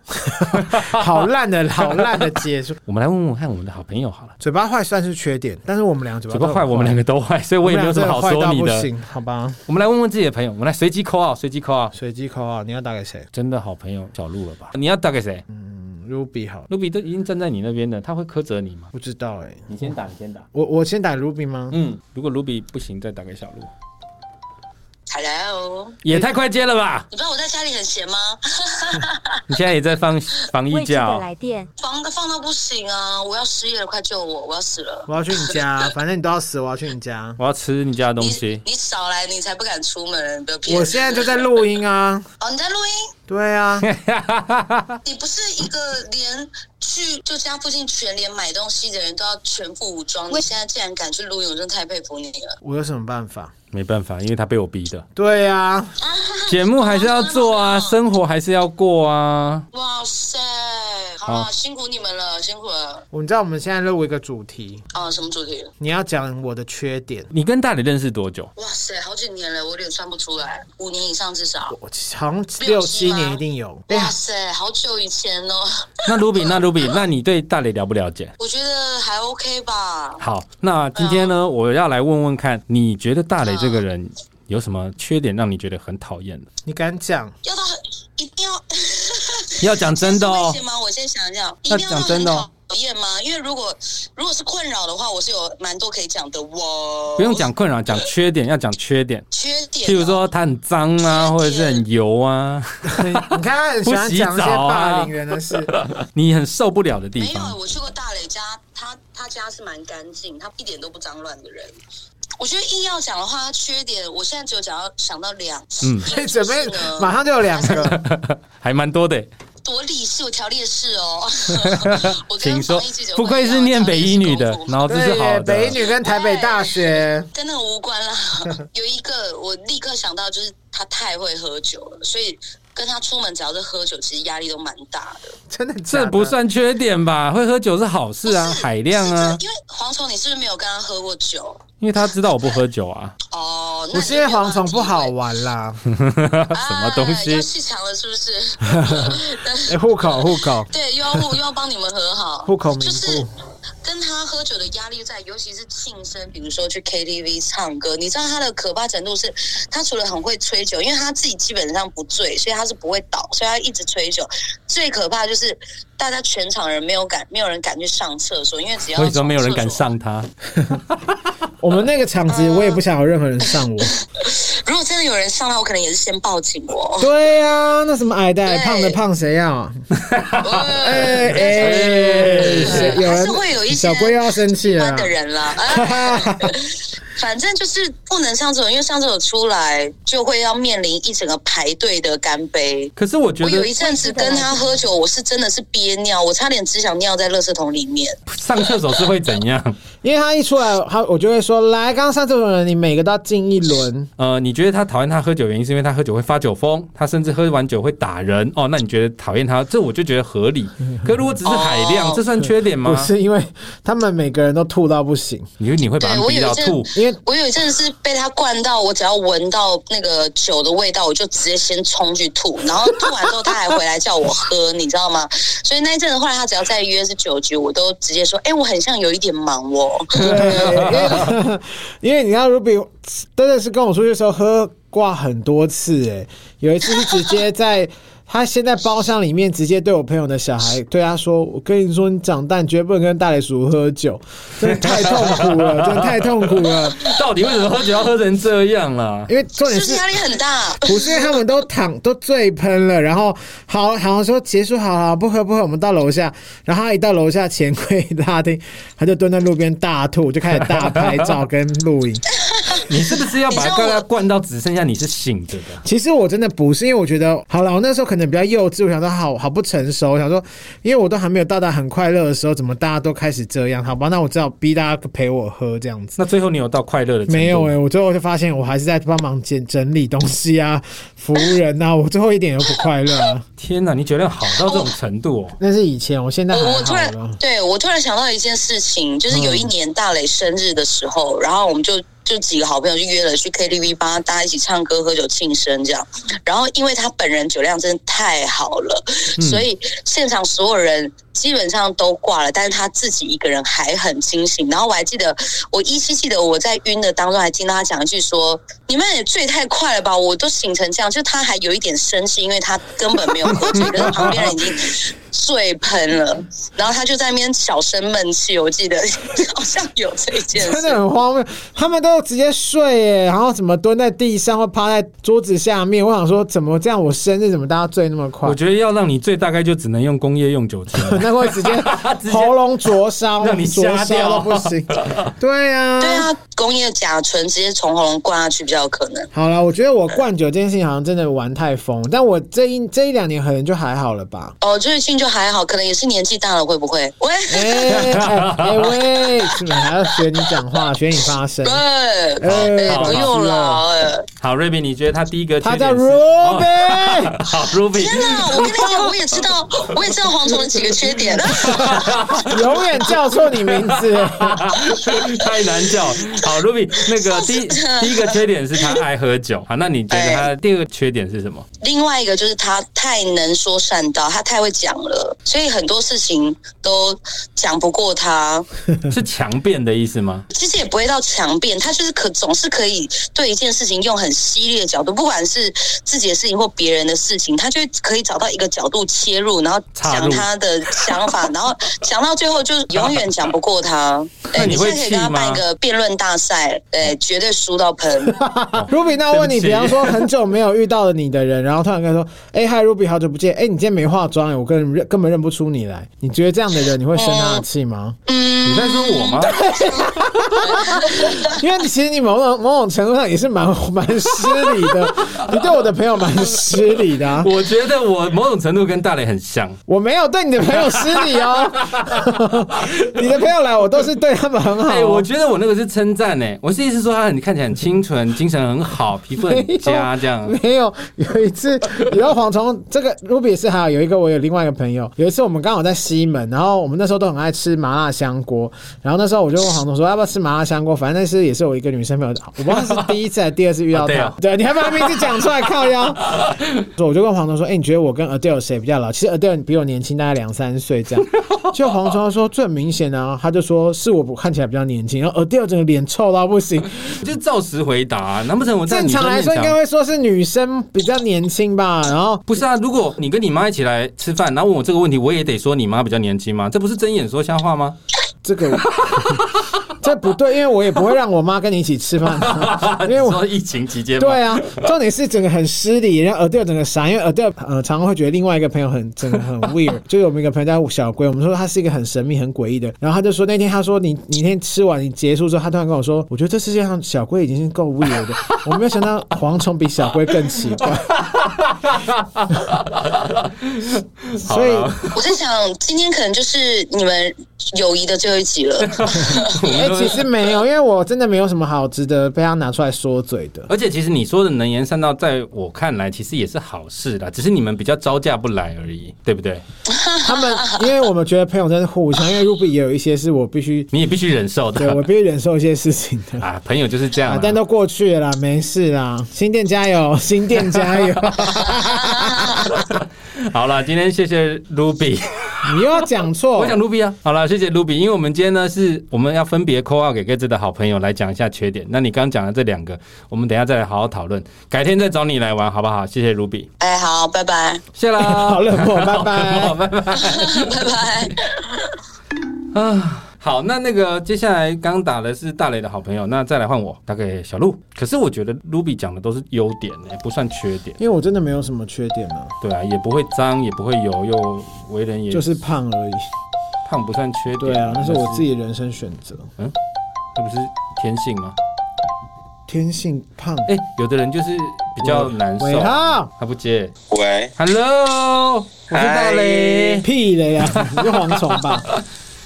Speaker 3: 好烂的好烂的结束。
Speaker 2: 我们来问问看我们的好朋友好了，
Speaker 3: 嘴巴坏算是缺点，但是我们两个嘴巴
Speaker 2: 嘴巴
Speaker 3: 都
Speaker 2: 坏，
Speaker 3: 很
Speaker 2: 我们两个都坏，所以我也没有什么好
Speaker 3: 我们
Speaker 2: 说
Speaker 3: 俩真
Speaker 2: 你
Speaker 3: 的坏到
Speaker 2: 的。
Speaker 3: 不行，好吧？
Speaker 2: 我们来问问自己的朋友，我们来随机扣啊，随机扣啊，
Speaker 3: 随机扣啊，你要打给谁？
Speaker 2: 真的好朋友小鹿了吧？你要打给谁？
Speaker 3: 嗯，Ruby 好了，
Speaker 2: 卢比都已经站在你那边了，他会苛责你吗？
Speaker 3: 不知道哎、
Speaker 2: 你先打，你先打。
Speaker 3: 我我先打 Ruby 吗？
Speaker 2: 嗯，如果卢比不行，再打给小鹿。
Speaker 3: 嗯
Speaker 4: Hello，
Speaker 2: 也太快接了吧！
Speaker 4: 你不知道我在家里很闲吗？
Speaker 2: 你现在也在放 啊防疫
Speaker 1: 未知的
Speaker 2: 假，
Speaker 1: 来电，
Speaker 4: 放的放到不行啊！我要失业了，快救我！我要死了！
Speaker 3: 我要去你家，啊 反正你都要死，我要去你家。啊
Speaker 2: 我要吃你家的东
Speaker 4: 你
Speaker 2: 西。
Speaker 4: 你少来，你才不敢出门，不要骗
Speaker 3: 我现在就在录音啊，
Speaker 4: 哦，你在录音？
Speaker 3: 对啊，
Speaker 4: 你不是一个连去就家附近全联买东西的人都要全副武装，你现在竟然敢去录音，我真的太佩服你了。
Speaker 3: 我有什么办法？
Speaker 2: 没办法，因为他被我逼的。
Speaker 3: 对啊，
Speaker 2: 节目还是要做啊，生活还是要过啊。
Speaker 4: 哇塞，好了，
Speaker 2: 好
Speaker 4: 辛苦你们了，辛苦了。
Speaker 3: 我们知道我们现在录一个主题，
Speaker 4: 哦，什么主题？
Speaker 3: 你要讲我的缺点，
Speaker 2: 你跟大理认识多久？
Speaker 4: 哇塞，好几年了，我有点算不出来，五年以上至少。
Speaker 3: 我好像
Speaker 4: 六
Speaker 3: 六
Speaker 4: 七
Speaker 3: 七
Speaker 4: 吗啊
Speaker 3: 年一定有。哎呀
Speaker 4: 哇，塞，好久以前哦，
Speaker 2: 那卢比，那卢比，那你对大理了不了解？
Speaker 4: 我觉得还 OK 吧。
Speaker 2: 好，那今天
Speaker 4: 呃
Speaker 2: 呢，我要来问问看，你觉得大磊这个人有什么缺点让你觉得很讨厌的？
Speaker 3: 你敢 讲？
Speaker 4: 要到很一定要
Speaker 2: 要讲真的
Speaker 4: 危
Speaker 2: 哦
Speaker 4: 险，吗？我先想一下，一
Speaker 2: 那
Speaker 4: 定要
Speaker 2: 讲真的哦
Speaker 4: 很讨厌吗？因为如果如果是困扰的话，我是有蛮多可以讲的。我
Speaker 2: 不用讲困扰，讲缺点，要讲缺点。
Speaker 4: 缺点哦，
Speaker 2: 譬如说他很脏啊，或者是很油啊，
Speaker 3: 你看，很喜欢讲一些霸凌人的事。
Speaker 4: 啊
Speaker 2: 你很受不了的地
Speaker 4: 没有，
Speaker 2: 方。
Speaker 4: 我去过大磊家，他他家是蛮干净，他一点都不脏乱的人。我觉得硬要讲的话，他缺点，我现在只有讲到想到两，
Speaker 2: 嗯
Speaker 4: 一个
Speaker 3: 哎准备
Speaker 4: 就是呢
Speaker 3: 马上就有两 个，
Speaker 2: 还蛮多的，
Speaker 4: 多理事，我条列式哦。 我跟
Speaker 2: 请说
Speaker 4: 防疫记者。会
Speaker 2: 不愧是
Speaker 4: 一样
Speaker 2: 念北医女的
Speaker 4: 条列式，沟通
Speaker 2: 脑子是
Speaker 3: 对
Speaker 2: 好
Speaker 3: 耶，北
Speaker 2: 的
Speaker 3: 一。女跟台北大学，
Speaker 4: 跟那个无关 啦。有一个我立刻想到，就是他太会喝酒了，所以跟他出门只要是喝酒，其实压力都蛮大的。
Speaker 3: 真的假的
Speaker 2: 这不算缺点吧？会喝酒是好事啊，
Speaker 4: 不是
Speaker 2: 海量啊
Speaker 4: 是，因为蝗虫，你是不是没有跟他喝过酒？
Speaker 2: 因为他知道我不喝酒啊。
Speaker 4: 哦，那
Speaker 3: 我
Speaker 4: 你
Speaker 3: 是
Speaker 4: 就
Speaker 3: 因
Speaker 4: 没
Speaker 3: 为
Speaker 4: 有办
Speaker 3: 蝗
Speaker 4: 法
Speaker 3: 虫不好
Speaker 4: 体
Speaker 3: 玩啦，
Speaker 4: 会，
Speaker 2: 什么东西
Speaker 4: 啊要细长了是不是？
Speaker 3: 哎，户口户口，
Speaker 4: 对，又要又要帮你们和好，
Speaker 3: 户口名
Speaker 4: 就是
Speaker 3: 簿
Speaker 4: 跟他喝酒的压力在，尤其是庆生，比如说去 KTV 唱歌，你知道他的可怕程度是，他除了很会吹酒，因为他自己基本上不醉，所以他是不会倒，所以他一直吹酒。最可怕就是大家全场人没有敢，没有人敢去上厕所，因为只要
Speaker 2: 为什么没有人敢
Speaker 4: 上厕所啊
Speaker 2: 上他？
Speaker 3: 我们那个场子，我也不想有任何人上我。
Speaker 4: 如果真的有人上来，我可能也是先报警哦 我。
Speaker 3: 对啊，那什么矮的矮
Speaker 4: 对
Speaker 3: 胖的胖谁要？哎
Speaker 4: 对
Speaker 3: 哎，谁有
Speaker 4: 还
Speaker 3: 人
Speaker 4: 是会有一些
Speaker 3: 小龟又要生气了
Speaker 4: 关
Speaker 3: 啊
Speaker 4: 的。人啦。哎 反正就是不能上厕所，因为上厕所出来就会要面临一整个排队的干杯。
Speaker 2: 可是我觉
Speaker 4: 我
Speaker 2: 得
Speaker 4: 有一阵子跟他喝酒，我是真的是憋尿，我差点只想尿在垃圾桶里面。
Speaker 2: 上厕所是会怎样？
Speaker 3: 因为他一出来，他我就会说，来，刚刚上这种人，你每个都要敬一轮。
Speaker 2: 呃，你觉得他讨厌他喝酒，原因是因为他喝酒会发酒疯，他甚至喝完酒会打人哦。那你觉得讨厌他，这我就觉得合理。可如果只是海量，
Speaker 4: 哦
Speaker 2: 这算缺点吗
Speaker 3: 嗯不？是因为他们每个人都吐到不行，
Speaker 2: 你你会把他
Speaker 4: 对
Speaker 2: 们
Speaker 4: 我
Speaker 2: 逼
Speaker 4: 有
Speaker 2: 到
Speaker 4: 一
Speaker 2: 吐
Speaker 4: 阵，，
Speaker 3: 因为
Speaker 4: 我有一阵是被他灌到，我只要闻到那个酒的味道，我就直接先冲去吐，然后吐完之后他还回来叫我喝，你知道吗？所以那一阵子后来他只要再约是酒局，我都直接说，哎、我很像有一点忙哦。
Speaker 3: 对，因为因为你知道 Ruby 真的是跟我出去的时候喝挂很多次、欸，有一次是直接在他先在包厢里面直接对我朋友的小孩对他说：“我跟你说，你长大你绝对不能跟大雷叔喝酒，真的太痛苦了，真的太痛苦了。
Speaker 2: 到底为什么喝酒要喝成这样啦、
Speaker 3: 因为重点
Speaker 4: 是不
Speaker 3: 是
Speaker 4: 是压力很大？
Speaker 3: 不是因为他们都躺都醉喷了，然后好好像说结束好好不喝不喝，我们到楼下，然后他一到楼下钱柜大厅，他就蹲在路边大吐，就开始大拍照跟录影，
Speaker 2: 你是不是要把
Speaker 4: 你知道
Speaker 2: 大
Speaker 4: 我
Speaker 2: 家灌到只剩下你是醒着的？
Speaker 3: 其实我真的不是，因为我觉得好了，我那时候可能比较幼稚，我想说好好不成熟，我想说，因为我都还没有到达很快乐的时候，怎么大家都开始这样？好吧，那我只好逼大家陪我喝这样子。
Speaker 2: 那最后你有到快乐的程度吗
Speaker 3: 没有哎、我最后就发现我还是在帮忙捡整理东西啊，服务人呐、我最后一点都不快乐、啊。
Speaker 2: 天哪，你酒量好到这种程度哦！
Speaker 3: 那是以前，我现在还
Speaker 4: 我我突
Speaker 3: 好
Speaker 4: 然
Speaker 3: 了。嗯
Speaker 4: 对我突然想到一件事情，就是有一年大磊生日的时候，然后我们就就几个好朋友就约了去 KTV 帮他大家一起唱歌、喝酒、庆生这样。然后因为他本人酒量真的太好了，
Speaker 3: 嗯
Speaker 4: 所以现场所有人基本上都挂了，但是他自己一个人还很清醒。然后我还记得，我依稀记得我在晕的当中还听到他讲一句说：“你们也醉太快了吧，我都醒成这样。”就他还有一点生气，因为他根本没有喝醉，可是旁边人已经醉喷了。然后他就在那边小声闷气，我记得 好像有这件
Speaker 3: 真的
Speaker 4: 事。
Speaker 3: 很荒谬，他们都直接睡耶，然后怎么蹲在地上或趴在桌子下面。我想说，怎么这样？我生日怎么大家醉那么快。
Speaker 2: 我？觉得要让你醉，大概就只能用工业用酒精了
Speaker 3: 那会直 接
Speaker 2: 直接
Speaker 3: 喉咙灼 烧，
Speaker 2: 让你
Speaker 3: 灼
Speaker 2: 瞎
Speaker 3: 烧
Speaker 2: 掉
Speaker 3: 都不 行。对呀、
Speaker 4: 对啊，工业甲醇直接从喉咙灌下去比较有可能。
Speaker 3: 好了，我觉得我灌酒这件事情好像真的玩太疯，但我这一这一两年可能就还好了吧。
Speaker 4: 哦，最近就还好，可能也是年纪大了，会不会？喂，
Speaker 3: 哎哎哎喂，是不是还要学你讲话，学你发声？
Speaker 4: 喂，
Speaker 3: 哎
Speaker 4: 哎，不用了，哎。
Speaker 2: 好，瑞比，你觉得他第一个缺
Speaker 3: 他
Speaker 2: 点
Speaker 3: 叫
Speaker 2: 是？哦
Speaker 3: Ruby，
Speaker 2: 好，Ruby，
Speaker 4: 天哪！我跟你讲，我也知道，我也知道蝗虫的几个缺点。
Speaker 3: 永远叫错你名 字。
Speaker 2: 太难叫。好，Ruby，那个第一第一个缺点是他爱喝酒。好，那你觉得他第二个缺点是什么？
Speaker 4: 另外一个就是他太能说善道，他太会讲了，所以很多事情都讲不过他。
Speaker 2: 是强辩的意思吗？
Speaker 4: 其实也不会到强辩，他就是可总是可以对一件事情用很犀利的角度，不管是自己的事情或别人的事情，他就会可以找到一个角度切入，然后
Speaker 2: 插入
Speaker 4: 讲他的想法，然后讲到最后就永远讲不过他。
Speaker 2: 那你
Speaker 4: 你现
Speaker 2: 会
Speaker 4: 在可以跟
Speaker 2: 气
Speaker 4: 他
Speaker 2: 吗
Speaker 4: 办一个辩论大赛，哎，绝对输到喷。
Speaker 3: Ruby，那我问
Speaker 2: 对
Speaker 3: 你，
Speaker 2: 不起
Speaker 3: 比方说很久没有遇到的你的人，然后突然跟他说：“哎、嗨，Ruby，好久不见，哎、你今天没化妆、哎，我根本认根本认不出你来。”你觉得这样的人，你会生他的气吗？
Speaker 4: 哦嗯
Speaker 2: 你在说我吗？
Speaker 3: 因为其实你某种某种程度上也是蛮 蛮失礼的，你对我的朋友蛮失礼的、啊。
Speaker 2: 我觉得我某种程度跟大雷很像。
Speaker 3: 我没有对你的朋友失 礼哦，你的朋友来我都是对他们很好、
Speaker 2: 哎、
Speaker 3: 哦。
Speaker 2: 我觉得我那个是称赞呢、我是意思说他很看起来很清纯，精神很好，皮肤很佳这样。啊
Speaker 3: 没有，有一次，你知道蝗虫这个 Ruby 是还有有一个我有另外一个朋友，有一次我们刚好在西门，然后我们那时候都很爱吃麻辣香锅，然后那时候我就问蝗虫说要不要吃麻辣香锅，反正那次也是我一个女生朋友，我不知道是第一次还是第二次遇到
Speaker 2: 哦对
Speaker 3: 她
Speaker 2: 哦，
Speaker 3: 对，你还把她名字讲出来靠腰，所以我就跟蝗虫说，哎、你觉得我跟 Adele 谁比较老？其实 Adele 比我年轻大概两三 岁这样，就蝗虫说最明显啊，他就说是我看起来比较年轻，然后 Adele 整个脸臭到不行。
Speaker 2: 就照实回答、难不成我在
Speaker 3: 正
Speaker 2: 你
Speaker 3: 常来说应该会说是女生比较年轻吧，然后
Speaker 2: 不是啊，如果你跟你妈一起来吃饭，然后问我这个问题，我也得说你妈比较年轻吗？这不是睁眼说瞎话吗？
Speaker 3: 这个我 这不对，因为我也不会让我妈跟你一起吃饭，因为
Speaker 2: 你
Speaker 3: 我
Speaker 2: 说。疫情期间吗
Speaker 3: 对啊，重点是整个很失礼，然后 Adele 整个傻，因为 Adele 呃常常会觉得另外一个朋友很整个很 weird，就是我们一个朋友叫小龟，我们说他是一个很神秘很诡异的，然后他就说那天他说你你那天吃完你结束之后，他突然跟我说，我觉得这世界上小龟已经是够 weird 的，我没有想到蝗虫比小龟更奇怪，
Speaker 2: 好
Speaker 3: 所以
Speaker 2: 了，
Speaker 4: 我在想，今天可能就是你们友谊的最后一集了。
Speaker 3: 哎、其实没有，因为我真的没有什么好值得被他拿出来说嘴的。
Speaker 2: 而且其实你说的能言善道，在我看来其实也是好事啦，只是你们比较招架不来而已，对不对？
Speaker 3: 他们，因为我们觉得朋友真是互相，因为 Ruby 也有一些是我必须，
Speaker 2: 你也必须忍受
Speaker 3: 对我
Speaker 2: 的
Speaker 3: 必须忍受一些事情的。
Speaker 2: 啊，朋友就是这样
Speaker 3: 啊
Speaker 2: 啦、，
Speaker 3: 但都过去了啦，没事啦。新店加油，新店 加油！
Speaker 2: 好了，今天谢谢 Ruby。
Speaker 3: 你又要讲错
Speaker 2: 我，讲卢比啊，好了，谢谢卢比，因为我们今天呢是我们要分别扣二给各自的好朋友来讲一下缺点。那你刚刚讲的这两个，我们等一下再来好好讨论，改天再找你来玩好不好？谢谢卢比，
Speaker 4: 哎，好，拜拜，
Speaker 2: 谢啦，
Speaker 3: 好冷漠，拜
Speaker 2: 好，
Speaker 3: 拜。
Speaker 2: 拜拜
Speaker 4: 拜拜。
Speaker 2: 啊。好，那那个接下来刚打的是大雷的好朋友，那再来换我，大概小鹿。可是我觉得卢比讲的都是优点、欸，不算缺点。
Speaker 3: 因为我真的没有什么缺点啊，
Speaker 2: 对啊，也不会脏，也不会油，又为人也
Speaker 3: 就是胖而已。
Speaker 2: 胖，不算缺点。啊
Speaker 3: 对啊，那是我自己的人生选择。
Speaker 2: 这不是天性吗？
Speaker 3: 天性胖，
Speaker 2: 哎、有的人就是比较难
Speaker 3: 伟
Speaker 2: 受，啊
Speaker 3: 浩，
Speaker 2: 他不接。
Speaker 5: 喂，
Speaker 2: Hello，我是大雷，
Speaker 3: 屁嘞呀，你是蝗虫吧？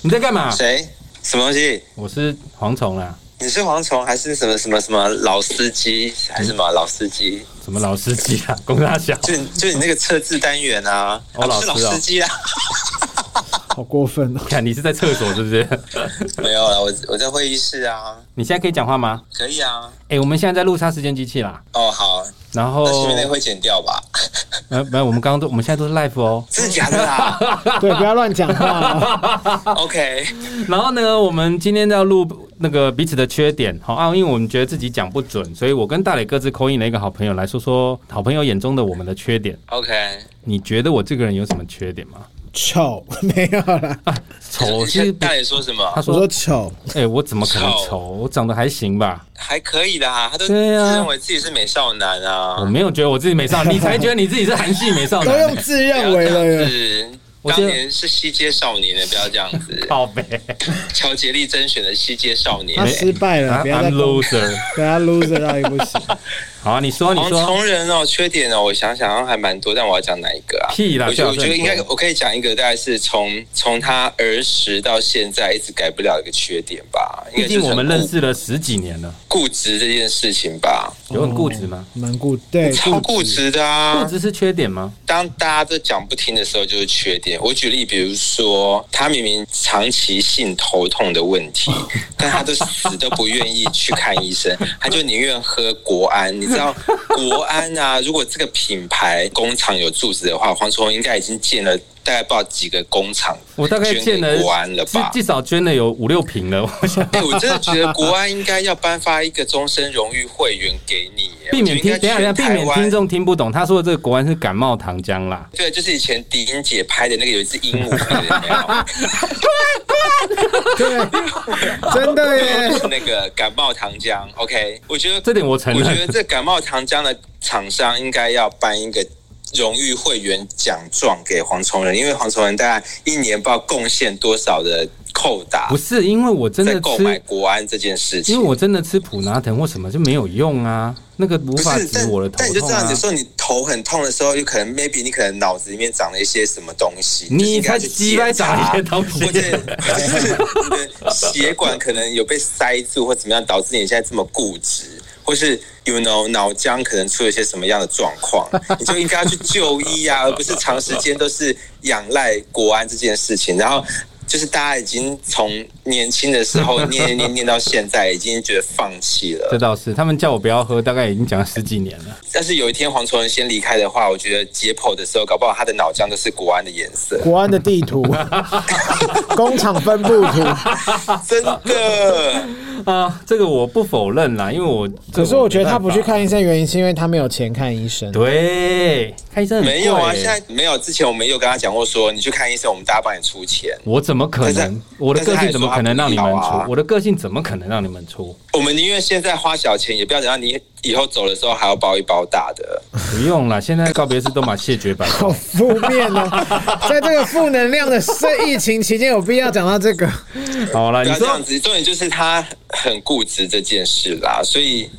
Speaker 2: 你在干嘛？
Speaker 5: 谁？什么东西？
Speaker 2: 我是蝗虫啊啦，
Speaker 5: 你是蝗虫还是什么什么什么老司机还是什么老司机？
Speaker 2: 什么老司机啊，公大小。
Speaker 5: 就你就你那个测字单元啊，
Speaker 2: 哦
Speaker 5: 啊不是
Speaker 2: 老
Speaker 5: 老
Speaker 2: 师哦
Speaker 5: 司机啊，
Speaker 3: 好过分哦！
Speaker 2: 看你是在厕所是不是？
Speaker 5: 没有了，我我在会议室啊，
Speaker 2: 你现在可以讲话吗？
Speaker 5: 可以啊。
Speaker 2: 哎、我们现在在录杀时间机器啦。
Speaker 5: 哦，好，
Speaker 2: 然后
Speaker 5: 那，前面那个会剪掉吧？
Speaker 2: 呃，没有，我们刚刚都，我们现在都是 live 哦。
Speaker 5: 真的假的 啦
Speaker 3: 对，不要乱讲话哦。
Speaker 5: ？OK，
Speaker 2: 然后呢，我们今天要录那个彼此的缺点，好啊，因为我们觉得自己讲不准，所以我跟大磊各自扣印了一个好朋友来说说好朋友眼中的我们的缺点。
Speaker 5: OK，
Speaker 2: 你觉得我这个人有什么缺点吗？
Speaker 3: 丑没有啦，
Speaker 2: 丑是
Speaker 5: 大爷说什
Speaker 2: 他
Speaker 5: 么？
Speaker 3: 我
Speaker 2: 说
Speaker 3: 说，丑，
Speaker 2: 哎、我怎么可能
Speaker 5: 丑
Speaker 2: 丑？我长得还行吧，
Speaker 5: 还可以啦，他都自
Speaker 2: 对啊
Speaker 5: 认为自己是美少男
Speaker 2: 我
Speaker 5: 啊。
Speaker 2: 没有觉得我自己美少，你才觉得你自己是韩系美少
Speaker 3: 都
Speaker 2: 男、
Speaker 3: 用
Speaker 2: 欸。
Speaker 3: 自
Speaker 5: 不
Speaker 3: 认
Speaker 5: 要
Speaker 3: 为了
Speaker 5: 这样
Speaker 3: 耶。
Speaker 5: 子，
Speaker 2: 我觉
Speaker 5: 当
Speaker 2: 得
Speaker 5: 年是西街少年的，不要这样子。
Speaker 2: 靠背
Speaker 5: 乔杰利甄选的西街少年
Speaker 3: 他，失败哎了，不要再
Speaker 2: 哎啊，I'm
Speaker 3: 攻
Speaker 2: loser。
Speaker 3: 对他 loser 到一不行。
Speaker 2: 好、啊，你说，你
Speaker 5: 黄
Speaker 2: 说，
Speaker 5: 虫人哦，缺点哦，我想想还蛮多，但我要讲哪一个啊？
Speaker 2: 屁啦
Speaker 5: 我
Speaker 2: 最
Speaker 5: 觉得
Speaker 2: 好
Speaker 5: 我
Speaker 2: 是
Speaker 5: 觉得应该
Speaker 2: 很
Speaker 5: 我可以讲一个，大概是从从他儿时到现在一直改不了的一个缺点吧。应
Speaker 2: 毕
Speaker 5: 该
Speaker 2: 竟
Speaker 5: 就是
Speaker 2: 我
Speaker 5: 很
Speaker 2: 们认
Speaker 5: 固
Speaker 2: 识了十几年
Speaker 3: 哦
Speaker 2: 了，
Speaker 5: 固执这件事情吧，
Speaker 2: 有很固执吗？
Speaker 3: 蛮固 对，
Speaker 5: 超固执的啊
Speaker 2: 固。执是缺点吗？
Speaker 5: 当大家都讲不听的时候，就是缺点。我举例，比如说他明明长期性头痛的问 题，但他都死都不愿意去看医生，他就宁愿喝国安。你知 道国安啊？如果这个品牌工厂有住址的话，黄崇应该已经建了大概不知道几个工厂，
Speaker 2: 我大概
Speaker 5: 捐
Speaker 2: 见
Speaker 5: 给国安了
Speaker 2: 了，至
Speaker 5: 吧？
Speaker 2: 至少捐了有五六瓶了，我想
Speaker 5: 哎、我真的觉得国安应该要颁发一个终身荣誉会员给你耶，
Speaker 2: 避免
Speaker 5: 我觉
Speaker 2: 听，
Speaker 5: 得应该
Speaker 2: 等一下等一下，避
Speaker 5: 全
Speaker 2: 免
Speaker 5: 台湾
Speaker 2: 听众听不懂。他说的这个果然是感冒糖浆啦，
Speaker 5: 对，就是以前迪英姐拍的那个有一只鹦鹉有没有，
Speaker 3: 真的耶。，
Speaker 5: 那个感冒糖浆，OK，我觉得
Speaker 2: 这点我承
Speaker 5: 我觉
Speaker 2: 认。
Speaker 5: 得这感冒糖浆的厂商应该要颁一个荣誉会员奖状给黄崇仁，因为黄崇仁大概一年不知道贡献多少的扣打
Speaker 2: 不，是因为我真
Speaker 5: 在
Speaker 2: 的
Speaker 5: 购买
Speaker 2: 吃，
Speaker 5: 国安这件事情。
Speaker 2: 因为我真的吃普拿疼或什么就没有用啊，那个无
Speaker 5: 不
Speaker 2: 法
Speaker 5: 是，
Speaker 2: 止
Speaker 5: 但
Speaker 2: 我的头
Speaker 5: 但你就
Speaker 2: 痛
Speaker 5: 这样
Speaker 2: 啊
Speaker 5: 子。说，你头很痛的时候，有可能 maybe 你可能脑子里面长了一些什么东西，
Speaker 2: 你
Speaker 5: 就是应该
Speaker 2: 才
Speaker 5: 去
Speaker 2: 鸡巴
Speaker 5: 检查
Speaker 2: 长一些东西
Speaker 5: 或者就是你的血管可能有被塞住或怎么样，导致你现在这么固执，或是 you know 脑浆可能出了一些什么样的状 况，你就应该要去就医啊，而不是长时间都是仰赖国安这件事情，然后。就是大家已经从年轻的时候念念念到现在，已经觉得放弃了
Speaker 2: 这。倒是，他们叫我不要喝，大概已经讲了十几年了。
Speaker 5: 但是有一天黄崇仁先离开的话，我觉得解剖的时候，搞不好他的脑浆都是国安的颜色
Speaker 3: 国安的地 图，工厂分布图。
Speaker 5: 真 的。
Speaker 2: 啊，这个我不否认啦，因为我
Speaker 3: 可是我觉得他不去，
Speaker 2: 这
Speaker 3: 看医生，原因是因为他没有钱看医生。
Speaker 2: 我没办法对，看医生很贵
Speaker 5: 没有啊，
Speaker 2: 欸
Speaker 5: 现在没有。之前我们有跟他讲过说，你去看医生，我们大家帮你出钱。
Speaker 2: 我怎么可
Speaker 5: 但是
Speaker 2: 能？我的个性怎么可能让你们
Speaker 5: 但是他也说他不要啊
Speaker 2: 出？我的个性怎么可能让你们出？
Speaker 5: 我们宁愿现在花小钱，也不要等到你以后走的时候还要包一包大的。
Speaker 2: 不用啦，现在告别式都把谢 绝版。
Speaker 3: 好负面 哦，在这个负能量的这疫情期间，有必要讲到这个？
Speaker 2: 好啦，啊
Speaker 5: 不
Speaker 2: 你
Speaker 5: 要这
Speaker 2: 说
Speaker 5: 样子，重点就是他很固执这件事啦。所以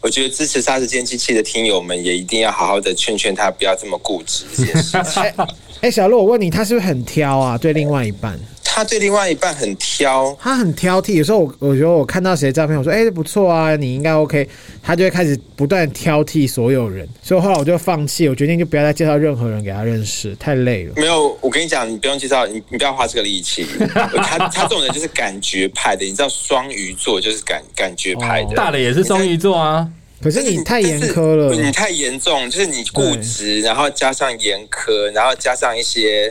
Speaker 5: 我觉得支持杀时间机器的听友们也一定要好好的劝劝他，不要这么固执这件事。
Speaker 3: 哎、哎小鹿，我问你，他是不是很挑啊？对另外一半，
Speaker 5: 他对另外一半很挑，
Speaker 3: 他很挑剔。有时候我我觉得我看到谁的照片，我说哎、不错啊，你应该 OK，他就会开始不断挑剔所有人。所以后来我就放弃，我决定就不要再介绍任何人给他认识，太累了。
Speaker 5: 没有，我跟你讲，你不用介绍，你你不要花这个 力气。他他这种人就是感觉派的，你知道双鱼座就是感感觉派的。
Speaker 2: 大的也是双鱼座啊，
Speaker 3: 可是你太严苛了
Speaker 5: 但，是你太严重，就是你固执，然后加上严苛，然后加上 一些，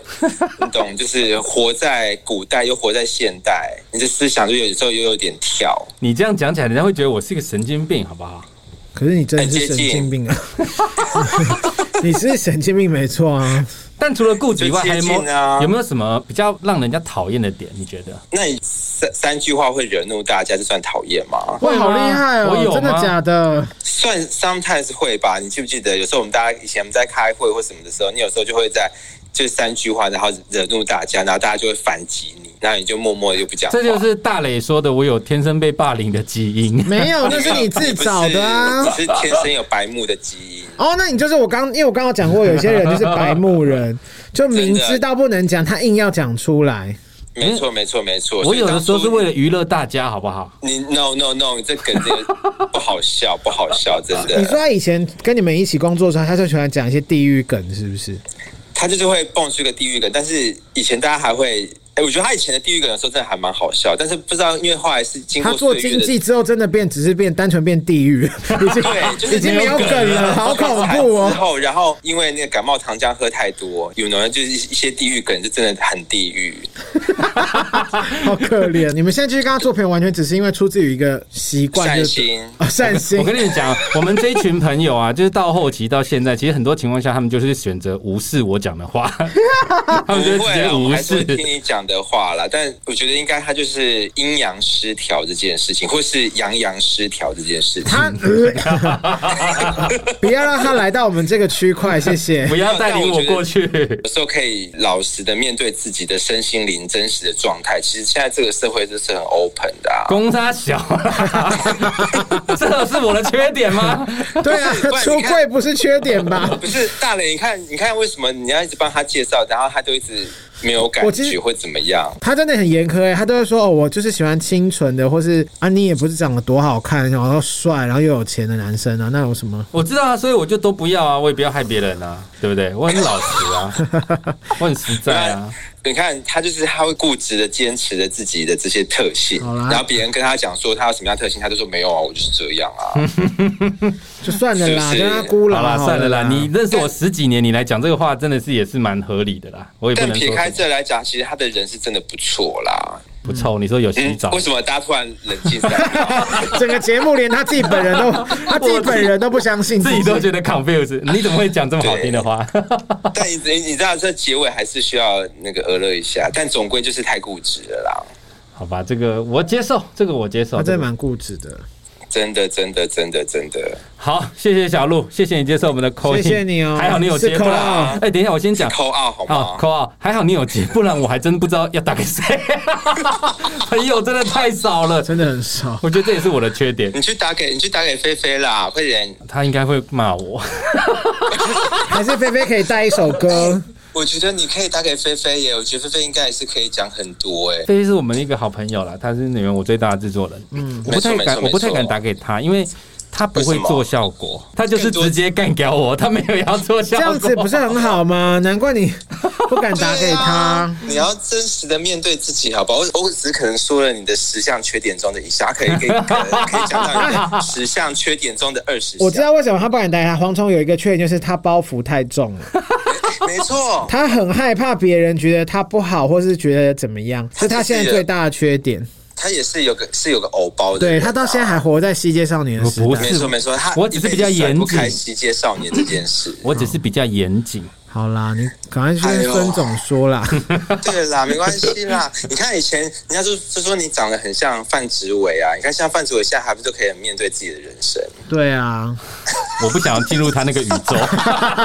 Speaker 5: 你懂，就是活在古代又活在现代，你的思想就有时候又有点跳。
Speaker 2: 你这样讲起来，人家会觉得我是一个神经病，好不好？
Speaker 3: 可是你真的是神经 病啊！你是神经病没错啊，
Speaker 2: 但除了固执以外，
Speaker 5: 就
Speaker 2: 还
Speaker 5: 接
Speaker 2: 有
Speaker 5: 近
Speaker 2: 没有
Speaker 5: 啊
Speaker 2: 有没有什么比较让人家讨厌的点？你觉得？
Speaker 5: 那你三三句话会惹怒大家，这算讨厌吗？
Speaker 2: 会
Speaker 3: 哇，
Speaker 2: 吗
Speaker 3: 好厉害
Speaker 2: 我
Speaker 3: 哦！
Speaker 2: 有吗
Speaker 3: 真的假的？
Speaker 5: 算 sometimes 会吧。你记不记得，有时候我们大家以前我们在开会或什么的时候，你有时候就会在就三句话，然后惹怒大家，然后大家就会反击你。然后你就默默的就不讲话。
Speaker 2: 这就是大磊说的，我有天生被霸凌的基因。
Speaker 3: 没有，那是你自找的啊
Speaker 5: 你。不是你是天生有白目的基因。
Speaker 3: 哦，那你就是我刚，因为我刚刚讲过，有些人就是白目人，就明知道不能讲，他硬要讲出来。
Speaker 5: 没错，没错，没错。
Speaker 2: 我有的时候是为
Speaker 5: 了
Speaker 2: 了娱乐大家，好不好？
Speaker 5: 你，no no no，你这梗真的不好笑，不好笑，真
Speaker 3: 你说
Speaker 5: 的。
Speaker 3: 他以前跟你们一起工作的时候，他就喜欢讲一些地狱梗，是不是？
Speaker 5: 他就是会蹦出一个地狱梗，但是以前大家还会，哎、我觉得他以前的地狱梗的时候真的还蛮好笑，但是不知道因为后来是经
Speaker 3: 他
Speaker 5: 过
Speaker 3: 做
Speaker 5: 岁月
Speaker 3: 经
Speaker 5: 的
Speaker 3: 济之后，真的变只是变单纯变地 狱，已经
Speaker 5: 对就是
Speaker 3: 已经没有梗 了，好恐
Speaker 5: 惨
Speaker 3: 怖
Speaker 5: 之
Speaker 3: 哦！
Speaker 5: 后，然后因为那个感冒糖浆喝太多，有呢就是一些地狱梗，就真的很地狱。
Speaker 3: 好可怜。你们现在继续跟他做朋友，完全只是因为出自于一个习惯，
Speaker 5: 善
Speaker 3: 就是
Speaker 5: 心
Speaker 3: 啊，善心
Speaker 2: 我。跟你们讲，我们这一群朋友啊， 就是到后期到现在，其实很多情况下，他们就是选择无视我讲的 话，他们就
Speaker 5: 不
Speaker 2: 直
Speaker 5: 会
Speaker 2: 接
Speaker 5: 啊，我
Speaker 2: 无
Speaker 5: 还是会听
Speaker 2: 视。
Speaker 5: 你讲的话啦。但我觉得应该他就是阴阳失调这件事情，或是阳阳失调这件事情。
Speaker 3: 他、呃 不要让他来到我们这个区块，谢谢
Speaker 2: 不。要带领我过去。
Speaker 5: 有时候可以老实的面对自己的身心灵真实的状态。其实现在这个社会就是很 open 的啊。
Speaker 2: 公差小，啊 这是我的缺点吗？
Speaker 3: 对啊，
Speaker 5: 然你看
Speaker 3: 出柜不是缺点吧？
Speaker 5: 不是大磊，你看，你看为什么你要一直帮他介绍，然后他就一直没有感
Speaker 3: 我其实
Speaker 5: 觉或怎么样？
Speaker 3: 他真的很严苛哎、他都会说哦，我就是喜欢清纯的，或是啊，你也不是长得多好看，然后帅，然后又有钱的男生啊，那有什么？
Speaker 2: 我知道啊，所以我就都不要啊，我也不要害别人啊，对不对？我很老实 啊，我很实在啊。
Speaker 5: 你看，他就是他会固执的坚持着自己的这些特性
Speaker 3: 好啦，
Speaker 5: 然后别人跟他讲说他有什么样的特性，他就说没有啊，我就是这样 啊。
Speaker 3: 就算了啦，
Speaker 5: 是不
Speaker 3: 跟
Speaker 5: 是
Speaker 3: 他孤老
Speaker 2: 好啦，
Speaker 3: 好
Speaker 2: 算了啦，你
Speaker 3: 你
Speaker 2: 认识我十几年，你来讲这个话，真的是也是蛮合理的啦。我也不
Speaker 5: 但
Speaker 2: 能
Speaker 5: 撇
Speaker 2: 说
Speaker 5: 开
Speaker 2: 什么
Speaker 5: 这来讲，其实他的人是真的不错啦。
Speaker 2: 不臭。你说有洗
Speaker 5: 嗯
Speaker 2: 澡，
Speaker 5: 为什么大家突然冷静下来？
Speaker 3: 整个节目连他自己本人都，他自己本人都不相信
Speaker 2: 自己都觉得 confused，你怎么会讲这么好听的话？
Speaker 5: 但你你你知道，这结尾还是需要那个娱乐一下，但总归就是太固执了啦。
Speaker 2: 好吧，这个我接受，这个我接受。
Speaker 3: 他啊真
Speaker 2: 这
Speaker 3: 的
Speaker 2: 个
Speaker 3: 蛮固执的。
Speaker 5: 真的，真的，真的，真的，
Speaker 2: 好，谢谢小鹿，谢谢你接受我们的 call，in
Speaker 3: 谢谢你哦
Speaker 2: 还好你有接，
Speaker 3: 是
Speaker 2: 不
Speaker 3: call
Speaker 2: 然
Speaker 3: out
Speaker 2: 哎，等一下，我先讲。
Speaker 5: 扣二好
Speaker 2: 啊
Speaker 5: 吗？
Speaker 2: 扣啊！还好你有接， 不然我还真不知道要打给谁。 朋友真的太少了，
Speaker 3: 真的很少，
Speaker 2: 我觉得这也是我的缺点。
Speaker 5: 你去打给你去打给菲菲啦，快点！
Speaker 2: 他应该会骂我。
Speaker 3: 还是菲菲可以带一首歌，
Speaker 5: 我觉得你可以打给菲菲耶，我觉得菲菲应该也是可以讲很多哎。
Speaker 2: 菲菲是我们一个好朋友啦，她是女人我最大的制作人。嗯，我不太
Speaker 5: 没错没
Speaker 2: 敢，
Speaker 5: 错
Speaker 2: 我不太
Speaker 5: 没错
Speaker 2: 敢打给她，因为她不
Speaker 5: 为
Speaker 2: 会
Speaker 5: 什么
Speaker 2: 做效果，她就是
Speaker 5: 更多
Speaker 2: 直接干掉我， 她没有要做效
Speaker 3: 这
Speaker 2: 果。
Speaker 3: 样子不是很好吗？难怪你不敢打给他。
Speaker 5: 啊你要真实的面对自己，好吧？我我只是可能说了你的十项缺点中的一项，他可以可以可能可以讲到你的十项缺点中的二十项。
Speaker 3: 我知道为什么他不敢带他。蝗虫有一个缺点就是他包袱太重了，
Speaker 5: 没错，
Speaker 3: 他很害怕别人觉得他不好，或是觉得怎么样，是他现在最大的缺点。
Speaker 5: 他也是有个是有个偶包的
Speaker 3: 对
Speaker 5: 人啊、
Speaker 3: 他到现在还活在西街少年的时
Speaker 2: 我不
Speaker 3: 代。
Speaker 5: 没错没错，他
Speaker 2: 我只是比较
Speaker 5: 一辈子甩不开
Speaker 2: 严谨。
Speaker 5: 西街少年这件 事
Speaker 2: 我只是比较严谨，
Speaker 3: 好啦，你赶快去跟孙总说 啦。
Speaker 5: 对啦，没关系啦。你看以前人家就就说你长得很像范植伟啊，你看像范植伟现在还不就可以很面对自己的人生？
Speaker 3: 对啊，
Speaker 2: 我不想要进入她那个宇 宙。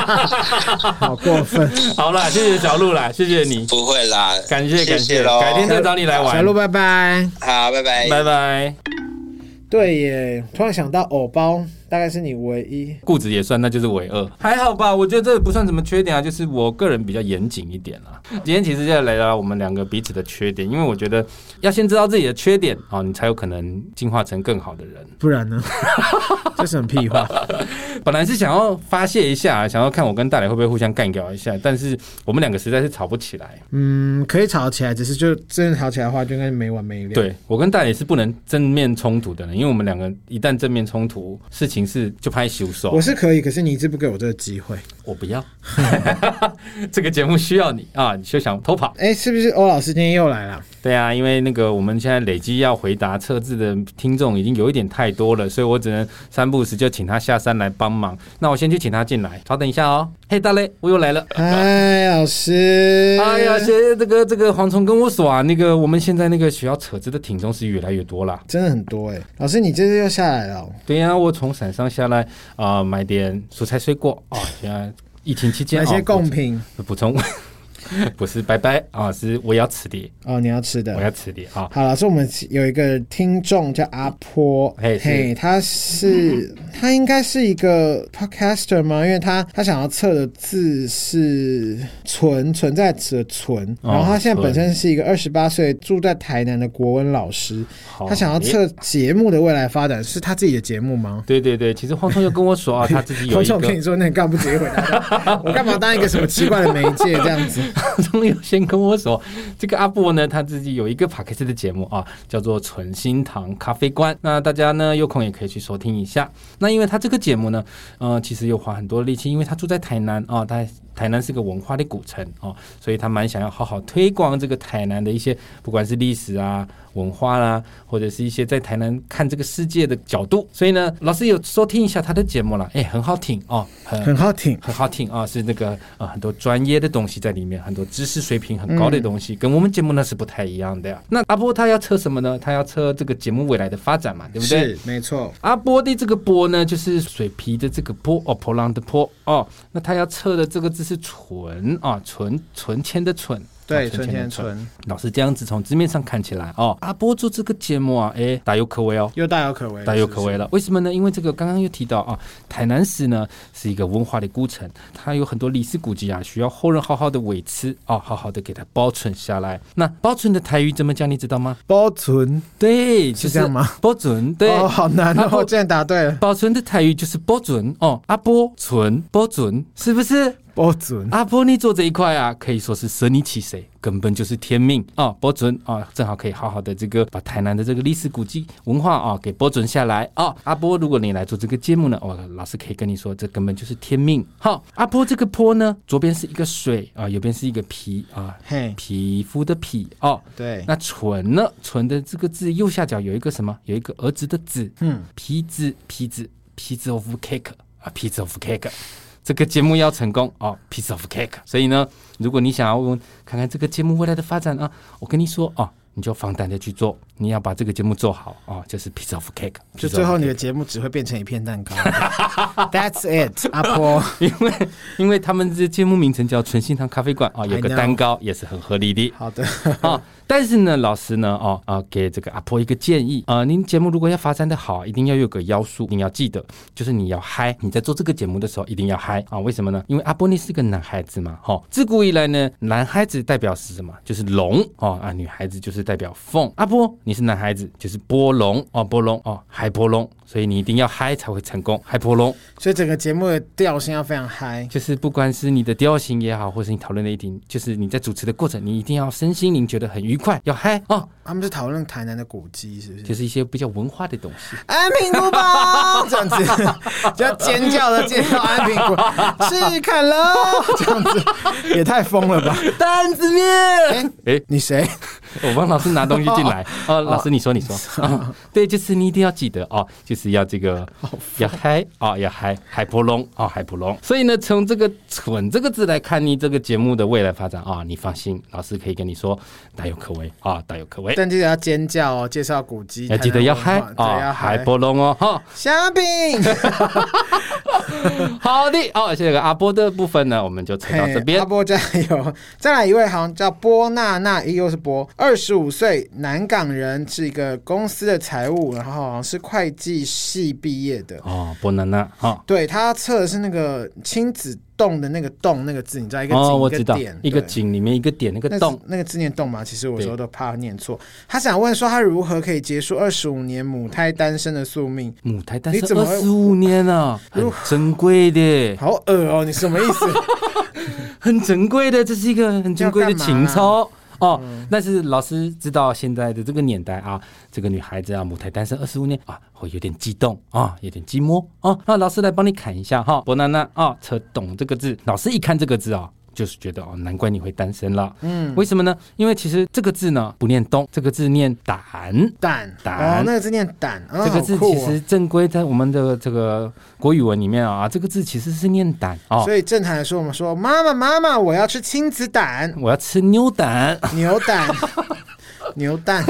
Speaker 3: 好过 分。
Speaker 2: 好啦，谢谢小鹿啦，谢谢你，
Speaker 5: 不会啦，
Speaker 2: 感谢感
Speaker 5: 谢谢
Speaker 2: 谢，
Speaker 5: 喽。
Speaker 2: 改天再找你来玩
Speaker 3: 小。鹿，拜拜。
Speaker 5: 好，拜拜，
Speaker 2: 拜拜。
Speaker 3: 对耶，突然想到偶包，大概是你唯一。
Speaker 2: 固执也算，那就是唯二，还好吧？我觉得这不算什么缺点啊，就是我个人比较严谨一点啦。今天其实要来聊聊我们两个彼此的缺点，因为我觉得要先知道自己的缺点啊、哦，你才有可能进化成更好的人。
Speaker 3: 不然呢？ 这是很屁话。
Speaker 2: 本来是想要发泄一下，想要看我跟大磊会不会互相干掉一下，但是我们两个实在是吵不起来。
Speaker 3: 嗯，可以吵起来，只是就真的吵起来的话，就应该没完没了。，
Speaker 2: 对我跟大磊是不能正面冲突的人，因为我们两个一旦正面冲突，事情是就拍手手。
Speaker 3: 我是可以，可是你一直不给我这个机会。
Speaker 2: 我不要， 这个节目需要你啊，你就想偷跑。
Speaker 3: 哎、是不是欧老师今天又来了？
Speaker 2: 对啊，因为那个我们现在累积要回答测字的听众已经有一点太多了，所以我只能三不五时就请他下山来帮忙。那我先去请他进来，稍等一下哦。嘿，大雷，我又来了。
Speaker 3: 嗨，哎老师。
Speaker 2: 哎呀，现在这个这个蝗虫跟我耍，那个我们现在那个学校扯字的听众是越来越多啦。
Speaker 3: 真的很多哎、老师，你这次又下来了哦、
Speaker 2: 对呀、我从山上下来呃啊、买点蔬菜水果哦，现在疫情期间
Speaker 3: 买些
Speaker 2: 哦
Speaker 3: 贡品。
Speaker 2: 补充补充 不是拜拜啊，是我要吃的，
Speaker 3: 哦，你要吃的
Speaker 2: 我。要吃的啊。
Speaker 3: 好了，是我们有一个听众叫阿坡，
Speaker 2: 嘿是
Speaker 3: 他是他应该是一个 podcaster 吗？因为他他想要测的字是存存在此的存，
Speaker 2: 哦
Speaker 3: 然后他现在
Speaker 2: 存哦
Speaker 3: 本身是一个二十八岁住在台南的国文老师，
Speaker 2: 好
Speaker 3: 他想要测节目的未来发展，是他自己的节目吗？
Speaker 2: 对对对，其实黄聪又跟我说啊，他自己有
Speaker 3: 黄
Speaker 2: 一
Speaker 3: 总
Speaker 2: 个
Speaker 3: 跟你说，那你干嘛不直接回答？我干嘛当一个什么奇怪的媒介这样子？
Speaker 2: 中有先跟我说，这个阿波呢，他自己有一个帕克斯的节目啊，叫做《纯心堂咖啡馆》。那大家呢有空也可以去收听一下。那因为他这个节目呢，呃，其实又花很多力气，因为他住在台南啊，他台南是个文化的古城啊，所以他蛮想要好好推广这个台南的一些，不管是历史啊、文化啦、或者是一些在台南看这个世界的角度。所以呢，老师有收听一下他的节目啦，哎，很好听哦，很
Speaker 3: 很好挺。
Speaker 2: 很好听啊，是那个呃很多专业的东西在里面，很多知识水平很高的东
Speaker 3: 嗯
Speaker 2: 西，跟我们节目呢是不太一样的呀、那阿波他要测什么呢？他要测这个节目未来的发展嘛，对不对？
Speaker 3: 是，没错。
Speaker 2: 阿波的这个波呢，就是水皮的这个波哦，波浪的波哦。那他要测的这个字是存啊，存存钱的存。
Speaker 3: 对，
Speaker 2: 啊
Speaker 3: 存
Speaker 2: 钱
Speaker 3: 钱
Speaker 2: 的存。
Speaker 3: 存，
Speaker 2: 老师这样子从字面上看起来哦，阿波做这个节目啊，哎，大有可为哦。
Speaker 3: 又大有可为了，
Speaker 2: 大有
Speaker 3: 哎是不
Speaker 2: 可
Speaker 3: 是
Speaker 2: 为了。为什么呢？因为这个刚刚又提到啊，台南市呢是一个文化的孤城，它有很多历史古迹啊，需要后人好好的维持啊，好好的给它保存下来。那保存的台语怎么讲？你知道吗？
Speaker 3: 包存。
Speaker 2: 对，就是
Speaker 3: 这样吗？
Speaker 2: 保存对。
Speaker 3: 哦，好难
Speaker 2: 阿
Speaker 3: 哦，
Speaker 2: 波
Speaker 3: 竟然答对了，
Speaker 2: 保存的台语就是保存哦，阿波存保存是不是？
Speaker 3: 包准。
Speaker 2: 阿波尼做这一块啊，可以说是舍你其谁，根本就是天命啊！保准啊，正好可以好好的这个把台南的这个历史古迹文化啊给保准下来啊！阿波，如果你来做这个节目呢，哦，老师可以跟你说，这根本就是天命。好，阿波这个坡呢，左边是一个水啊，右边是一个皮啊，
Speaker 3: 嘿，
Speaker 2: 皮肤的皮哦。
Speaker 3: 对，
Speaker 2: 那纯呢？纯的这个字右下角有一个什么？有一个儿子的子，
Speaker 3: 嗯，
Speaker 2: 皮子皮子 piece of cake 啊，piece of cake。这个节目要成功哦，piece of cake。所以呢，如果你想要问看看这个节目未来的发展啊，我跟你说啊，你就放胆的去做，你要把这个节目做好啊， 就是 piece of cake。
Speaker 3: 就最后你的节目只会变成一片蛋糕。That's it，阿婆。
Speaker 2: 因为因为他们这节目名称叫纯心堂咖啡馆啊，有个
Speaker 3: I know
Speaker 2: 蛋糕也是很合理的。
Speaker 3: 好的，
Speaker 2: 啊，但是呢，老师呢，哦啊，给这个阿婆一个建议啊、呃您节目如果要发展的好，一定要有个要素，一定要记得，就是你要嗨。你在做这个节目的时候，一定要嗨啊！为什么呢？因为阿波你是个男孩子嘛，哈、自古以来呢，男孩子代表是什么？就是龙哦啊，女孩子就是代表凤。阿波，你是男孩子，就是波龙哦，波龙哦，海波龙，所以你一定要嗨才会成功，海波龙。
Speaker 3: 所以整个节目的调性要非常嗨。
Speaker 2: 就是不管是你的调性也好，或是你讨论的一点，就是你在主持的过程，你一定要身心灵觉得很愉快，要嗨哦。
Speaker 3: 他们是讨论台南的古迹，是不？
Speaker 2: 就是是一些比较文化的东西。
Speaker 3: 安平古堡这样子，就要尖叫的尖叫安平古是砍了这样子，也太疯了 吧！
Speaker 2: 担子面，哎、
Speaker 3: 你谁？
Speaker 2: 我帮老师拿东西进来。 哦，老师，你说，你说、啊对，就是你一定要记得哦，就是要这个要嗨啊，要嗨海波龙啊，海波龙。所以呢，从这个“蠢”这个字来看，你这个节目的未来发展啊，你放心，老师可以跟你说，大有可为啊，大有可为。
Speaker 3: 但记得要尖叫哦，介绍古迹，
Speaker 2: 要记得要嗨
Speaker 3: 台南文化对，
Speaker 2: 啊，
Speaker 3: 要
Speaker 2: 海
Speaker 3: 嗨。
Speaker 2: 波龙哦，哈、
Speaker 3: 虾饼，
Speaker 2: 好的哦，这个阿波的部分呢，我们就扯 到这
Speaker 3: 嘿
Speaker 2: 边
Speaker 3: 阿。波加油！ 再来一位，好像叫波娜娜，又是波，二十五岁，南港人，是一个公司的财务，然后好像是会计系毕业的。
Speaker 2: 哦，波娜娜哈，
Speaker 3: 对他测的是那个亲子洞的那个洞那个字，你知道一个井、
Speaker 2: 哦，我
Speaker 3: 一
Speaker 2: 知
Speaker 3: 个
Speaker 2: 道
Speaker 3: 点，，
Speaker 2: 一个
Speaker 3: 对
Speaker 2: 井里面一个点，那
Speaker 3: 那
Speaker 2: 个
Speaker 3: 是
Speaker 2: 洞，
Speaker 3: 那个字念洞嘛，其实我有
Speaker 2: 对
Speaker 3: 时候都怕念错。他想问说，他如何可以结束二十五年母胎单身的宿命？
Speaker 2: 母胎单
Speaker 3: 你
Speaker 2: 身
Speaker 3: 怎么
Speaker 2: 二十五年啊，很珍贵的，
Speaker 3: 好恶哦，你什么意思？
Speaker 2: 很珍贵的，这是一个很珍贵的情操。哦，但是老师知道现在的这个年代啊，这个女孩子啊，母胎单身二十五年啊，会有点激动啊，有点寂寞啊。那老师来帮你砍一下哈，伯娜娜啊，扯懂这个字，老师一看这个字啊，就是觉得哦，难怪你会单身了。嗯，为什么呢？因为其实这个字呢不念动，这个字念胆。
Speaker 3: 胆
Speaker 2: 胆
Speaker 3: 哦，那个字念胆，嗯
Speaker 2: 这个字其。
Speaker 3: 好酷
Speaker 2: 实正规在我们的这个国语文里面啊，这个字其实是念胆
Speaker 3: 哦
Speaker 2: 哦
Speaker 3: 所。以正常来说，我们说妈妈妈 妈，我要吃亲子胆、
Speaker 2: 我要吃牛胆，
Speaker 3: 牛胆、牛蛋，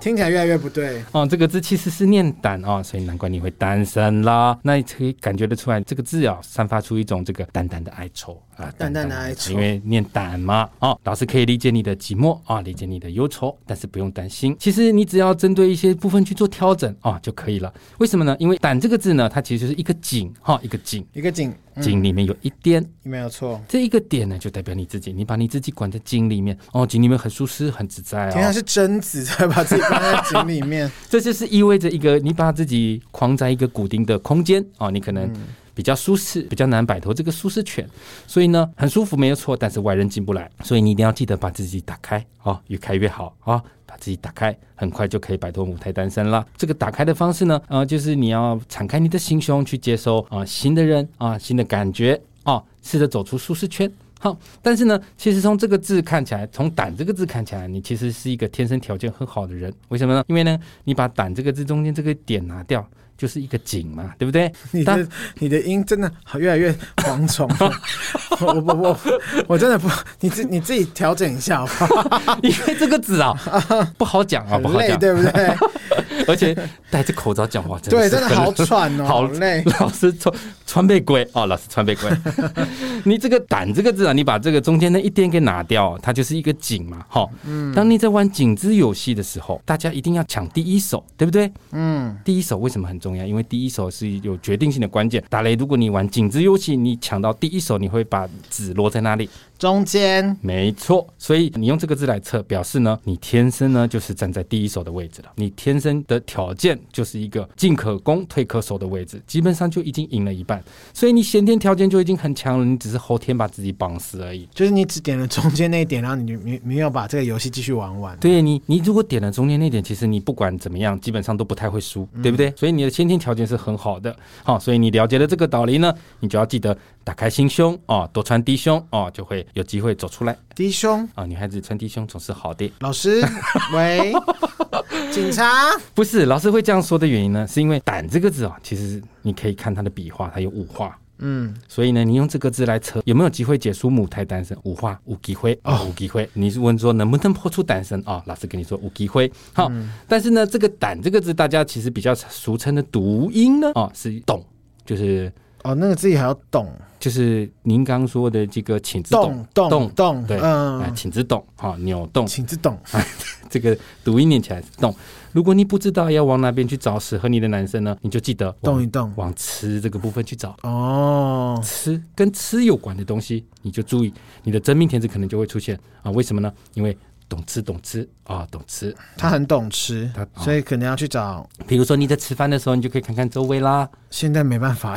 Speaker 3: 听起来越来越不对。
Speaker 2: 哦，这个字其实是念胆哦，所以难怪你会单身啦。那你可以感觉得出来，这个字啊、散发出一种这个淡淡的哀愁啊，
Speaker 3: 淡淡的哀愁
Speaker 2: 因为念胆嘛。哦，老师可以理解你的寂寞啊、理解你的忧愁，但是不用担心。其实你只要针对一些部分去做调整啊、就可以了。为什么呢？因为胆这个字呢，它其实就是一个井哈、一个井，
Speaker 3: 一个井，嗯，
Speaker 2: 井里面有一点。
Speaker 3: 没有错。
Speaker 2: 这一个点呢，就代表你自己，你把你自己关在井里面哦，井里面很舒适，很自在
Speaker 3: 天啊，
Speaker 2: 哦。
Speaker 3: 是贞子才把自己放在井 里面，
Speaker 2: 这就是意味着一个你把自己框在一个固定的空间哦，你可能比较舒适，比较难摆脱这个舒适圈，所以呢，很舒服没有错，但是外人进不来，所以你一定要记得把自己打开哦，越开越好啊、哦把自己打开，很快就可以摆脱母胎单身啦。这个打开的方式呢，呃，就是你要敞开你的心胸去接收啊、新的人啊、新的感觉啊、试着走出舒适圈。好，但是呢，其实从这个字看起来，从“胆”这个字看起来，你其实是一个天生条件很好的人。为什么呢？因为呢，你把“胆”这个字中间这个点拿掉，就是一个井嘛，对不 对？
Speaker 3: 你
Speaker 2: 但
Speaker 3: 的你的音真的好越来越 蝗虫了。我我我我真的不，你自你自己调整一下好不好？
Speaker 2: 因为这个字啊，不好讲啊，不
Speaker 3: 很
Speaker 2: 好
Speaker 3: 累，
Speaker 2: 讲，
Speaker 3: 对不 对？
Speaker 2: 而且戴着口罩讲话，真的
Speaker 3: 对，
Speaker 2: 是
Speaker 3: 真的
Speaker 2: 很
Speaker 3: 好喘 哦，
Speaker 2: 好
Speaker 3: 累。
Speaker 2: 老师川川贝龟哦，老师川贝龟， 你这个胆这个字啊，你把这个中间那一点给拿掉，它就是一个井嘛，哈。
Speaker 3: 嗯
Speaker 2: 当你在玩井之游戏的时候，大家一定要抢第一手，对不对？
Speaker 3: 嗯，
Speaker 2: 第一手为什么很重要？因为第一手是有决定性的关键。打雷，如果你玩井之游戏，你抢到第一手，你会把子落在那里？
Speaker 3: 中间
Speaker 2: 没错，所以你用这个字来测，表示呢，你天生呢就是站在第一手的位置了。你天生的条件就是一个进可攻、退可守的位置，基本上就已经赢了一半。所以你先天条件就已经很强了，你只是后天把自己绑死而已。
Speaker 3: 就是你只点了中间那一点，然后你就没没有把这个游戏继续玩完。
Speaker 2: 对你，你如果点了中间那点，其实你不管怎么样，基本上都不太会输，对不对？所以你的先天条件是很好的，好、所以你了解了这个道理呢，你就要记得打开心胸哦，多穿低胸哦，就会有机会走出来
Speaker 3: 低胸
Speaker 2: 啊、女孩子穿低胸总是好的。
Speaker 3: 老 师，喂，警察，
Speaker 2: 不是老师会这样说的原因呢，是因为“胆”这个字啊、其实你可以看它的笔画，它有五画，
Speaker 3: 嗯，
Speaker 2: 所以呢，你用这个字来测有没有机会解除母胎单身，五画五机会哦，五机会。你是问说能不能破除单身啊、老师跟你说五机会。好、但是呢，这个“胆”这个字，大家其实比较俗称的读音呢，哦，是“懂”，就是
Speaker 3: 哦，那个自己还要懂，
Speaker 2: 就是您刚说的这个“请字
Speaker 3: 动动
Speaker 2: 动
Speaker 3: 动
Speaker 2: 对，
Speaker 3: 嗯
Speaker 2: 啊，请字懂，好、扭动，
Speaker 3: 请自懂。
Speaker 2: 这个读音念起来是动。如果你不知道要往哪边去找适合你的男生呢，你就记得往
Speaker 3: 动一动
Speaker 2: 往吃这个部分去找。
Speaker 3: 哦，
Speaker 2: 吃跟吃有关的东西，你就注意，你的真命天子可能就会出现啊？为什么呢？因为懂吃懂吃啊，懂吃。
Speaker 3: 他很懂吃
Speaker 2: 他，哦
Speaker 3: 所以可能要去找。
Speaker 2: 比如说你在吃饭的时候，你就可以看看周围 啦，
Speaker 3: 现在没 办法，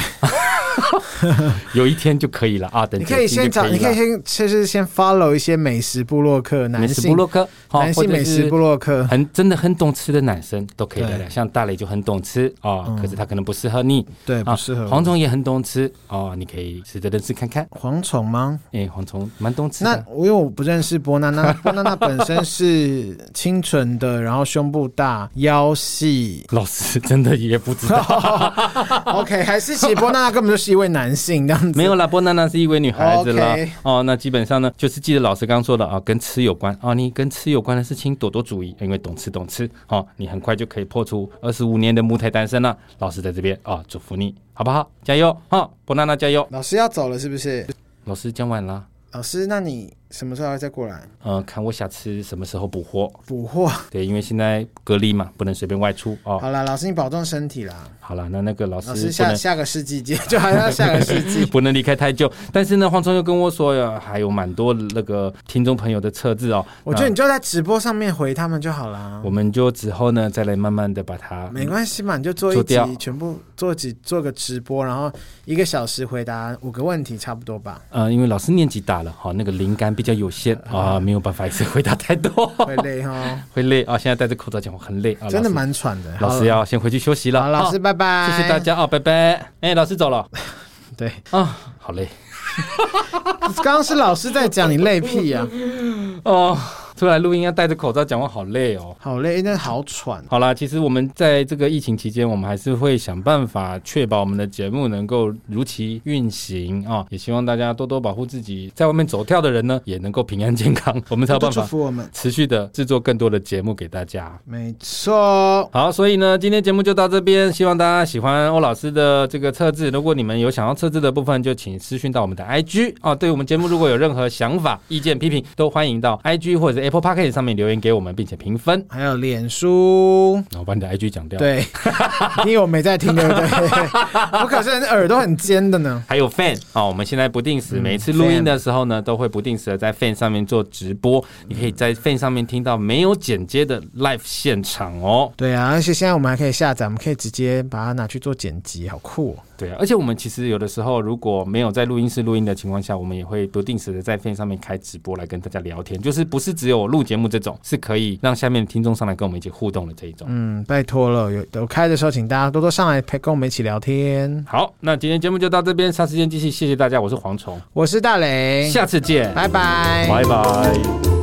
Speaker 2: 有一天就可以了啊。等
Speaker 3: 你可
Speaker 2: 解
Speaker 3: 以
Speaker 2: 禁
Speaker 3: 先
Speaker 2: 就
Speaker 3: 找，你可以先就是先 follow 一些美食部落客，
Speaker 2: 美
Speaker 3: 男
Speaker 2: 食
Speaker 3: 性
Speaker 2: 布洛克，啊
Speaker 3: 男性美食部落客
Speaker 2: 或者是哎很真的很懂吃的男生都可以聊聊，
Speaker 3: 对嗯
Speaker 2: 像大磊就很懂吃啊，可是他可能不适合你，
Speaker 3: 对
Speaker 2: 啊
Speaker 3: 哎不适合我
Speaker 2: 蝗虫也很懂吃哦，你可以试着认识看看。
Speaker 3: 蝗虫吗？
Speaker 2: 哎，蝗虫蛮懂吃
Speaker 3: 那
Speaker 2: 的，
Speaker 3: 我因为我不认识波娜娜， 波娜娜本身是清纯的，然后胸部大，腰细。
Speaker 2: 老师真的也不知道。
Speaker 3: OK，还是其实波娜娜根本就是一位男性这样子。
Speaker 2: 没有啦，波娜娜是一位女孩子啦。
Speaker 3: OK
Speaker 2: 哦，那基本上呢，就是记得老师刚刚说的啊，跟吃有关啊，你跟吃有关的事情多多注意，因为懂吃懂吃哦，你很快就可以破除二十五年的母胎单身了。老师在这边啊，祝福你好不好？加油哈、哦，波娜娜加油！
Speaker 3: 老师要走了是不是？
Speaker 2: 老师讲完啦，
Speaker 3: 老师，那你什么时候要再过来
Speaker 2: 呃，看我下次什么时候补货。
Speaker 3: 补货？
Speaker 2: 对，因为现在隔离嘛，不能随便外出哦。
Speaker 3: 好啦，老师你保重身体啦。
Speaker 2: 好了，那那个老师
Speaker 3: 老
Speaker 2: 不
Speaker 3: 师
Speaker 2: 能。
Speaker 3: 下下个世纪见， 就还要下个世纪
Speaker 2: 不能离开太久。但是呢，黄忠又跟我说，呃还有蛮多那个听众朋友的测字哦。
Speaker 3: 我觉得
Speaker 2: 那
Speaker 3: 你就在直播上面回他们就好啦
Speaker 2: 我。们就之后呢，再来慢慢的把它
Speaker 3: 没关系嘛，你就做一
Speaker 2: 做
Speaker 3: 集
Speaker 2: 掉，
Speaker 3: 全部做几做个直播，然后一个小时回答五个问题，差不多吧，
Speaker 2: 呃，因为老师年纪大了哈，那个灵感比较有限啊、没有办法一次回答太多，
Speaker 3: 呃会累哦哈。
Speaker 2: 会累啊。现在戴着口罩讲话很累啊，
Speaker 3: 真的
Speaker 2: 老师
Speaker 3: 蛮喘的。
Speaker 2: 老师
Speaker 3: 好
Speaker 2: 要先回去休息了，
Speaker 3: 好，老师
Speaker 2: 啊
Speaker 3: 拜拜，
Speaker 2: 谢谢大。家啊，拜拜。哎，老师走了
Speaker 3: 对，
Speaker 2: 啊，好累
Speaker 3: 刚刚是老师在讲你累屁呀、啊
Speaker 2: 哦。出来录音要戴着口罩讲话，好累哦。
Speaker 3: 好累，那好喘。
Speaker 2: 好啦，其实我们在这个疫情期间，我们还是会想办法确保我们的节目能够如期运行啊、也希望大家多多保护自己，在外面走跳的人呢，也能够平安健康，我们才有
Speaker 3: 多
Speaker 2: 办
Speaker 3: 祝
Speaker 2: 法
Speaker 3: 福我们，
Speaker 2: 持续的制作更多的节目给大家。
Speaker 3: 没错。
Speaker 2: 好，所以呢，今天节目就到这边，希望大家喜欢欧老师的这个测字。如果你们有想要测字的部分，就请私讯到我们的 IG 啊。对我们节目如果有任何想法、意见、批评，都欢迎到 IG 或者是 Apple p o c k e t 上面留言给我们，并且评分。
Speaker 3: 还有脸书，
Speaker 2: 然后把你的 IG 讲掉。，
Speaker 3: 对， 因为我没在听，对不对？我可是耳朵很尖的呢。
Speaker 2: 还有 Fan 啊、我们现在不定时，每次录音的时候呢，都会不定时的在 Fan 上面做直播，你可以在 Fan 上面听到没有剪接的 live 现场哦。
Speaker 3: 对啊，而且现在我们还可以下载，我们可以直接把它拿去做剪辑，好酷、哦！
Speaker 2: 对啊，而且我们其实有的时候如果没有在录音室录音的情况下，我们也会不定时的在 Fan 上面开直播来跟大家聊天，就是不是只有录节目这种，是可以让下面的听众上来跟我们一起互动的这一种。
Speaker 3: 嗯，拜托了，有有开的时候，请大家多多上来陪跟我们一起聊天。
Speaker 2: 好，那今天节目就到这边，霎时间机器，谢谢大家，我是蝗虫，
Speaker 3: 我是大雷，
Speaker 2: 下次见，
Speaker 3: 拜拜，
Speaker 2: 拜拜